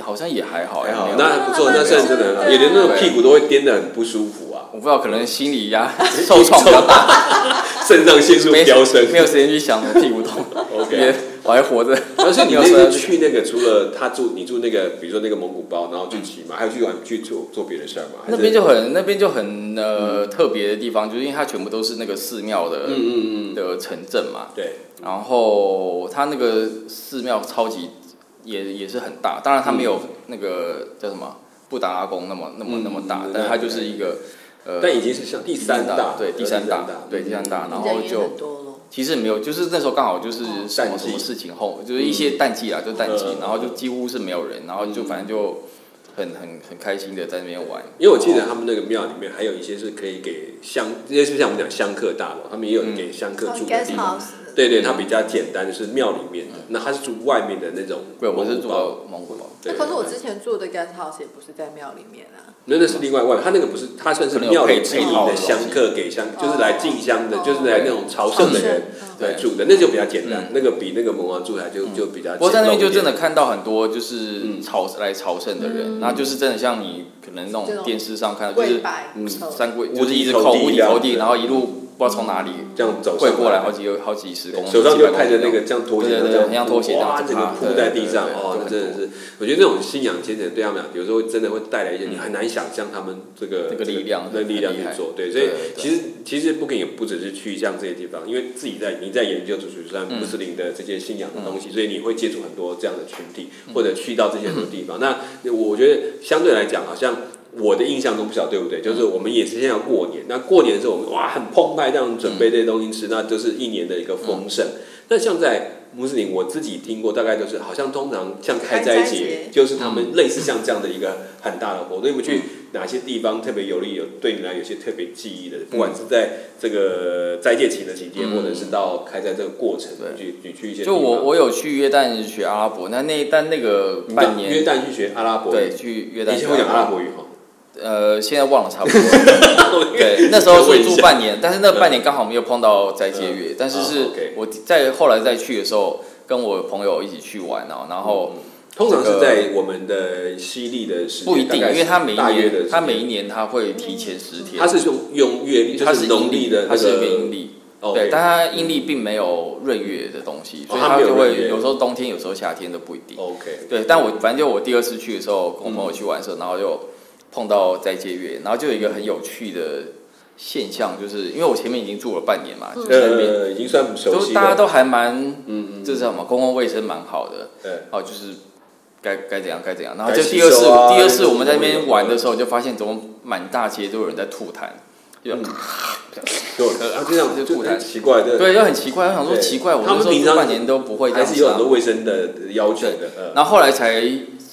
[SPEAKER 3] 好像也还好
[SPEAKER 1] 还好
[SPEAKER 3] 没，有
[SPEAKER 1] 那还不错，那算真的很好，
[SPEAKER 2] 对啊
[SPEAKER 1] 也连那种屁股都会颠得很不舒服啊，
[SPEAKER 3] 我不知道可能心
[SPEAKER 1] (laughs)
[SPEAKER 3] 理压 (laughs)
[SPEAKER 1] 哎
[SPEAKER 3] 受创比较大。 (laughs)
[SPEAKER 1] 肾上腺素
[SPEAKER 3] 没
[SPEAKER 1] 飙升。
[SPEAKER 3] 没有时间去想我屁股痛，
[SPEAKER 1] (laughs)
[SPEAKER 3] 也
[SPEAKER 1] OK，啊
[SPEAKER 3] 我还活着。
[SPEAKER 1] 但是你那
[SPEAKER 3] 没
[SPEAKER 1] 次
[SPEAKER 3] 有时间
[SPEAKER 1] 去那个，除了他住你住那个，比如说那个蒙古包，然后去骑马，还有去玩去做做别的事儿吗？还
[SPEAKER 3] 那
[SPEAKER 1] 是
[SPEAKER 3] 边就很那边就很呃、特别的地方，就是因为它全部都是那个寺庙的、
[SPEAKER 1] 嗯嗯嗯，
[SPEAKER 3] 的城镇嘛，
[SPEAKER 1] 对，
[SPEAKER 3] 然后它那个寺庙超级也也是很大，当然它没有那个、叫什么布达拉宫那么那么、
[SPEAKER 1] 嗯
[SPEAKER 3] 那么
[SPEAKER 1] 嗯
[SPEAKER 3] 大
[SPEAKER 1] 嗯，
[SPEAKER 3] 但它就是一个呃
[SPEAKER 1] 但已经是像第三大，嗯
[SPEAKER 3] 对第三大对第三大，然后
[SPEAKER 2] 人也
[SPEAKER 3] 就
[SPEAKER 2] 很多咯
[SPEAKER 3] 其实没有，就是那时候刚好就是
[SPEAKER 2] 哦
[SPEAKER 3] 什么
[SPEAKER 1] 淡季
[SPEAKER 3] 什么事情后，就是一些淡季啦，啊就淡季
[SPEAKER 1] 嗯，
[SPEAKER 3] 然后就几乎是没有人，然后就反正就很很很开心的在那边玩。哦
[SPEAKER 1] 因为我记得他们那个庙里面还有一些是可以给香，因为就像我们讲香客大楼，他们也有
[SPEAKER 3] 嗯
[SPEAKER 1] 给香客住的地方。
[SPEAKER 2] 哦 house，
[SPEAKER 1] 对对，它比较简单，就是庙里面的，那它是住外面的那种
[SPEAKER 3] 嗯对，我是住
[SPEAKER 1] 包。
[SPEAKER 3] 蒙古包，
[SPEAKER 1] 对
[SPEAKER 2] 那可是我之前住的 guest house 也不是在庙里面啊，
[SPEAKER 1] 那那是另外外，它那个不是，它算是庙里自己的香客给香，就是来进香的，就是来那种朝圣的人
[SPEAKER 2] 哦
[SPEAKER 1] 来住的，那就比较简单，那个比那个蒙王住台就就比较。
[SPEAKER 3] 嗯不过在那边就真的，看到很多
[SPEAKER 1] 嗯
[SPEAKER 3] 就是朝来朝圣的人，
[SPEAKER 2] 嗯
[SPEAKER 3] 那就是真的像你可能那
[SPEAKER 2] 这
[SPEAKER 3] 种
[SPEAKER 2] 种
[SPEAKER 3] 电视上看到，就
[SPEAKER 2] 跪
[SPEAKER 3] 是
[SPEAKER 2] 拜，
[SPEAKER 1] 嗯
[SPEAKER 2] 哦
[SPEAKER 3] 三跪，
[SPEAKER 1] 五
[SPEAKER 3] 就是一
[SPEAKER 1] 体
[SPEAKER 3] 直
[SPEAKER 1] 投
[SPEAKER 3] 扣
[SPEAKER 1] 地
[SPEAKER 3] 五体
[SPEAKER 1] 这样嗯
[SPEAKER 3] 投地，
[SPEAKER 1] 子
[SPEAKER 3] 然后一路不知道从哪里
[SPEAKER 1] 这样走
[SPEAKER 3] 跪过来，好几好几十公分，
[SPEAKER 1] 手上
[SPEAKER 3] 几百
[SPEAKER 1] 就
[SPEAKER 3] 公
[SPEAKER 1] 拍着
[SPEAKER 3] 分
[SPEAKER 1] 那
[SPEAKER 3] 这
[SPEAKER 1] 个
[SPEAKER 3] 样
[SPEAKER 1] 这样拖鞋，
[SPEAKER 3] 对对对
[SPEAKER 1] 这样
[SPEAKER 3] 很像拖鞋
[SPEAKER 1] 哇，
[SPEAKER 3] 这
[SPEAKER 1] 整个
[SPEAKER 3] 样子
[SPEAKER 1] 铺在地上，
[SPEAKER 3] 对对对
[SPEAKER 1] 哦，那
[SPEAKER 3] 对
[SPEAKER 1] 真的是，我觉得那种信仰虔诚对他们俩，有时候真的会带来一些你很难想象他们这个
[SPEAKER 3] 嗯这个力量
[SPEAKER 1] 那力量去
[SPEAKER 3] 很厉害
[SPEAKER 1] 做，对，所以
[SPEAKER 3] 对对对
[SPEAKER 1] 其实其实不 o 也不只是去像这些地方，因为自己在你在研究就是像穆斯林的这些信仰的
[SPEAKER 3] 嗯
[SPEAKER 1] 东西，所以你会接触很多这样的群体，或者去到这些很多地方。那我觉得相对来讲，好像我的印象中不晓得对不对，就是我们也是现在要过年，那过年的时候我们哇很澎湃，这样准备这些东西吃，那就是一年的一个丰盛。那像在穆斯林，我自己听过，大概就是好像通常像开斋
[SPEAKER 2] 开斋
[SPEAKER 1] 节
[SPEAKER 2] 节，
[SPEAKER 1] 就是他们类似像这样的一个很大的
[SPEAKER 3] 嗯
[SPEAKER 1] 活动。你们去哪些地方特别有利，有对你来有些特别记忆的？不管是在这个斋戒期的期间，
[SPEAKER 3] 嗯
[SPEAKER 1] 或者是到开斋这个过程，
[SPEAKER 3] 对
[SPEAKER 1] 去你去一些
[SPEAKER 3] 就我
[SPEAKER 1] 地方
[SPEAKER 3] 我有去约旦学阿拉伯，那那但那个
[SPEAKER 1] 你
[SPEAKER 3] 半
[SPEAKER 1] 到
[SPEAKER 3] 年
[SPEAKER 1] 约旦去学阿拉伯语
[SPEAKER 3] 对，，去约旦。
[SPEAKER 1] 你先会讲阿拉伯语哈。
[SPEAKER 3] 呃，现在忘了
[SPEAKER 1] (laughs)
[SPEAKER 3] 差不多。对，那时候是住半年，但是那半年刚好没有碰到斋戒月，但是
[SPEAKER 1] 啊
[SPEAKER 3] 是
[SPEAKER 1] ，OK
[SPEAKER 3] 我在后来再去的时候，跟我朋友一起去玩哦，然后
[SPEAKER 1] 通常是
[SPEAKER 3] 这个
[SPEAKER 1] 在我们的西历的时间，
[SPEAKER 3] 不一定，
[SPEAKER 1] 大概
[SPEAKER 3] 因为他每一
[SPEAKER 1] 大约的
[SPEAKER 3] 年
[SPEAKER 1] 时间
[SPEAKER 3] 他每一年他会提前十天
[SPEAKER 1] 他，是用用月历，就
[SPEAKER 3] 它是
[SPEAKER 1] 农历的
[SPEAKER 3] 它
[SPEAKER 1] 那
[SPEAKER 3] 是一个
[SPEAKER 1] 个
[SPEAKER 3] 阴历，
[SPEAKER 1] 哦
[SPEAKER 3] 对，
[SPEAKER 1] ，OK
[SPEAKER 3] 但它阴历并没有闰月的东西，所以
[SPEAKER 1] 它没有
[SPEAKER 3] 就
[SPEAKER 1] 闰月
[SPEAKER 3] 会有时候冬天，有时候夏天都不一定。
[SPEAKER 1] OK，
[SPEAKER 3] 对，但我反正就我第二次去的时候，跟我朋友去玩
[SPEAKER 1] 嗯
[SPEAKER 3] 的时候，然后就碰到斋戒月，然后就有一个很有趣的现象，就是因为我前面已经住了半年嘛，就是在那边，
[SPEAKER 1] 呃，已经算熟
[SPEAKER 3] 都
[SPEAKER 1] 悉了，
[SPEAKER 3] 大家都还蛮，
[SPEAKER 1] 嗯嗯，
[SPEAKER 3] 这是什么公共卫生蛮好的，
[SPEAKER 1] 对，
[SPEAKER 3] 哦，就是该该怎样该怎样，然后
[SPEAKER 1] 该
[SPEAKER 3] 就
[SPEAKER 1] 洗
[SPEAKER 3] 第二次、
[SPEAKER 1] 手啊
[SPEAKER 3] 第二次我们在那边玩的时候，就发现怎么满大街都有人在吐痰，就、
[SPEAKER 1] 嗯就啊这样
[SPEAKER 3] 就
[SPEAKER 1] 就
[SPEAKER 3] 吐痰
[SPEAKER 1] 很奇怪，对，
[SPEAKER 3] 对，就很奇怪，我想说
[SPEAKER 1] 对
[SPEAKER 3] 奇怪，我
[SPEAKER 1] 他们
[SPEAKER 3] 那时候
[SPEAKER 1] 平
[SPEAKER 3] 住
[SPEAKER 1] 常
[SPEAKER 3] 半年都不会这
[SPEAKER 1] 还
[SPEAKER 3] 样
[SPEAKER 1] 是
[SPEAKER 3] 子、
[SPEAKER 1] 有
[SPEAKER 3] 啊
[SPEAKER 1] 很，多卫生的要求的，呃，
[SPEAKER 3] 然后后来才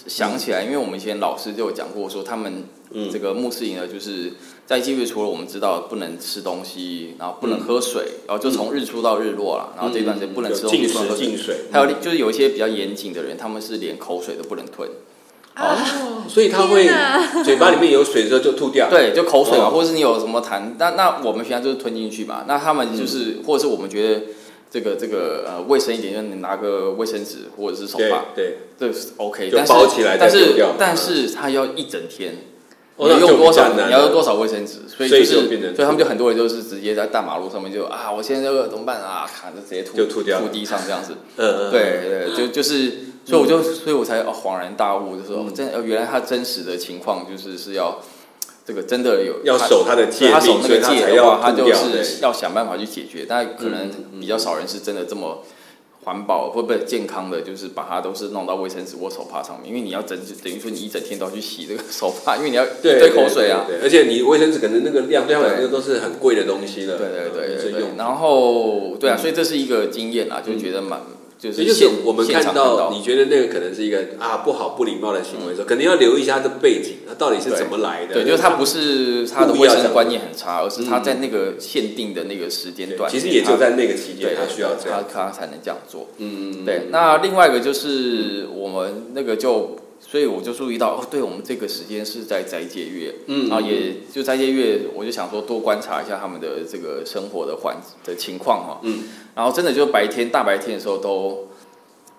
[SPEAKER 3] 想起来，因为我们以前老师就有讲过说，他们
[SPEAKER 1] 嗯
[SPEAKER 3] 这个穆斯林呢，就是在基律除了我们知道不能吃东西，然后不能喝水，然后就从日出到日落啦，然后这段时间不能吃东
[SPEAKER 1] 嗯
[SPEAKER 3] 西，
[SPEAKER 1] 进
[SPEAKER 3] 不能喝
[SPEAKER 1] 食
[SPEAKER 3] 水。
[SPEAKER 1] 进水，
[SPEAKER 3] 还有就是有一些比较严谨的人，他们是连口水都不能吞，
[SPEAKER 1] 所以他会
[SPEAKER 2] 天哪
[SPEAKER 1] 嘴巴里面有水的时候就吐掉。，
[SPEAKER 3] 对，就口水嘛，
[SPEAKER 1] 哦
[SPEAKER 3] 或者是你有什么痰，那那我们平常就是吞进去嘛，那他们就是，
[SPEAKER 1] 嗯
[SPEAKER 3] 或者是我们觉得这个这个呃卫生一点，就是你拿个卫生纸或者是手
[SPEAKER 1] 对
[SPEAKER 3] 帕，
[SPEAKER 1] 对，
[SPEAKER 3] 这是 OK，
[SPEAKER 1] 就
[SPEAKER 3] 但是
[SPEAKER 1] 包起来再
[SPEAKER 3] 但
[SPEAKER 1] 丢
[SPEAKER 3] 是
[SPEAKER 1] 掉
[SPEAKER 3] 但是它要一整天，
[SPEAKER 1] 哦
[SPEAKER 3] 你
[SPEAKER 1] 那
[SPEAKER 3] 要
[SPEAKER 1] 就
[SPEAKER 3] 用多
[SPEAKER 1] 比较
[SPEAKER 3] 少？
[SPEAKER 1] 难
[SPEAKER 3] 你要
[SPEAKER 1] 了
[SPEAKER 3] 用多少卫生纸？所以
[SPEAKER 1] 所以
[SPEAKER 3] 就，
[SPEAKER 1] 就是变成
[SPEAKER 3] 所以他们就很多人就是直接在大马路上面就啊，我现在这个怎么办啊？卡就直接吐
[SPEAKER 1] 就吐掉
[SPEAKER 3] 吐地上这样子。
[SPEAKER 1] 嗯，嗯
[SPEAKER 3] 对，对，就就是，所以我就，所以我才哦恍然大悟，就说哦
[SPEAKER 1] 嗯
[SPEAKER 3] 真呃原来他真实的情况就是是要这个真的有
[SPEAKER 1] 要
[SPEAKER 3] 他
[SPEAKER 1] 守他的
[SPEAKER 3] 对
[SPEAKER 1] 戒
[SPEAKER 3] 他守
[SPEAKER 1] 命，
[SPEAKER 3] 那
[SPEAKER 1] 所以
[SPEAKER 3] 个
[SPEAKER 1] 他才
[SPEAKER 3] 戒的话，
[SPEAKER 1] 要
[SPEAKER 3] 他
[SPEAKER 1] 吐
[SPEAKER 3] 就
[SPEAKER 1] 掉。
[SPEAKER 3] 是
[SPEAKER 1] 对嗯
[SPEAKER 3] 要想办法去解决，但可能比较少人是真的这么环保或不健康的，就是把它都是弄到卫生纸或手帕上面，因为你要整等于说你一整天都要去洗这个 (laughs) 手帕，因为你要一
[SPEAKER 1] 对
[SPEAKER 3] 堆口水啊。
[SPEAKER 1] 对，对对而且你卫生纸可能那个量对他们来
[SPEAKER 3] 对
[SPEAKER 1] 说都是很贵的东西了，
[SPEAKER 3] 对对对
[SPEAKER 1] 就是
[SPEAKER 3] 对对
[SPEAKER 1] 用。。
[SPEAKER 3] 然后对啊，所以这是一个经验啊，就觉得蛮就
[SPEAKER 1] 所
[SPEAKER 3] 是
[SPEAKER 1] 以就是
[SPEAKER 3] 现
[SPEAKER 1] 我们
[SPEAKER 3] 现
[SPEAKER 1] 看
[SPEAKER 3] 场看
[SPEAKER 1] 到，你觉得那个可能是一个啊不好不礼貌的行为的时候，肯定要留意一下它的背景，它到底是怎么来的？
[SPEAKER 3] 对，就是他不是他的
[SPEAKER 1] 故意
[SPEAKER 3] 卫
[SPEAKER 1] 要这
[SPEAKER 3] 生
[SPEAKER 1] 样嗯
[SPEAKER 3] 观念很差，而是他在那个限定的那个时间段，
[SPEAKER 1] 其实也就在那个期间，
[SPEAKER 3] 对
[SPEAKER 1] 他需要这样。
[SPEAKER 3] 他他才能这样做。
[SPEAKER 1] 嗯，
[SPEAKER 3] 对，那另外一个就是我们那个就，所以我就注意到哦，对我们这个时间是在斋戒月，
[SPEAKER 1] 嗯
[SPEAKER 3] 然后也就斋戒月，我就想说多观察一下他们的这个生活的环的情况哈、
[SPEAKER 1] 嗯，
[SPEAKER 3] 然后真的就白天大白天的时候都。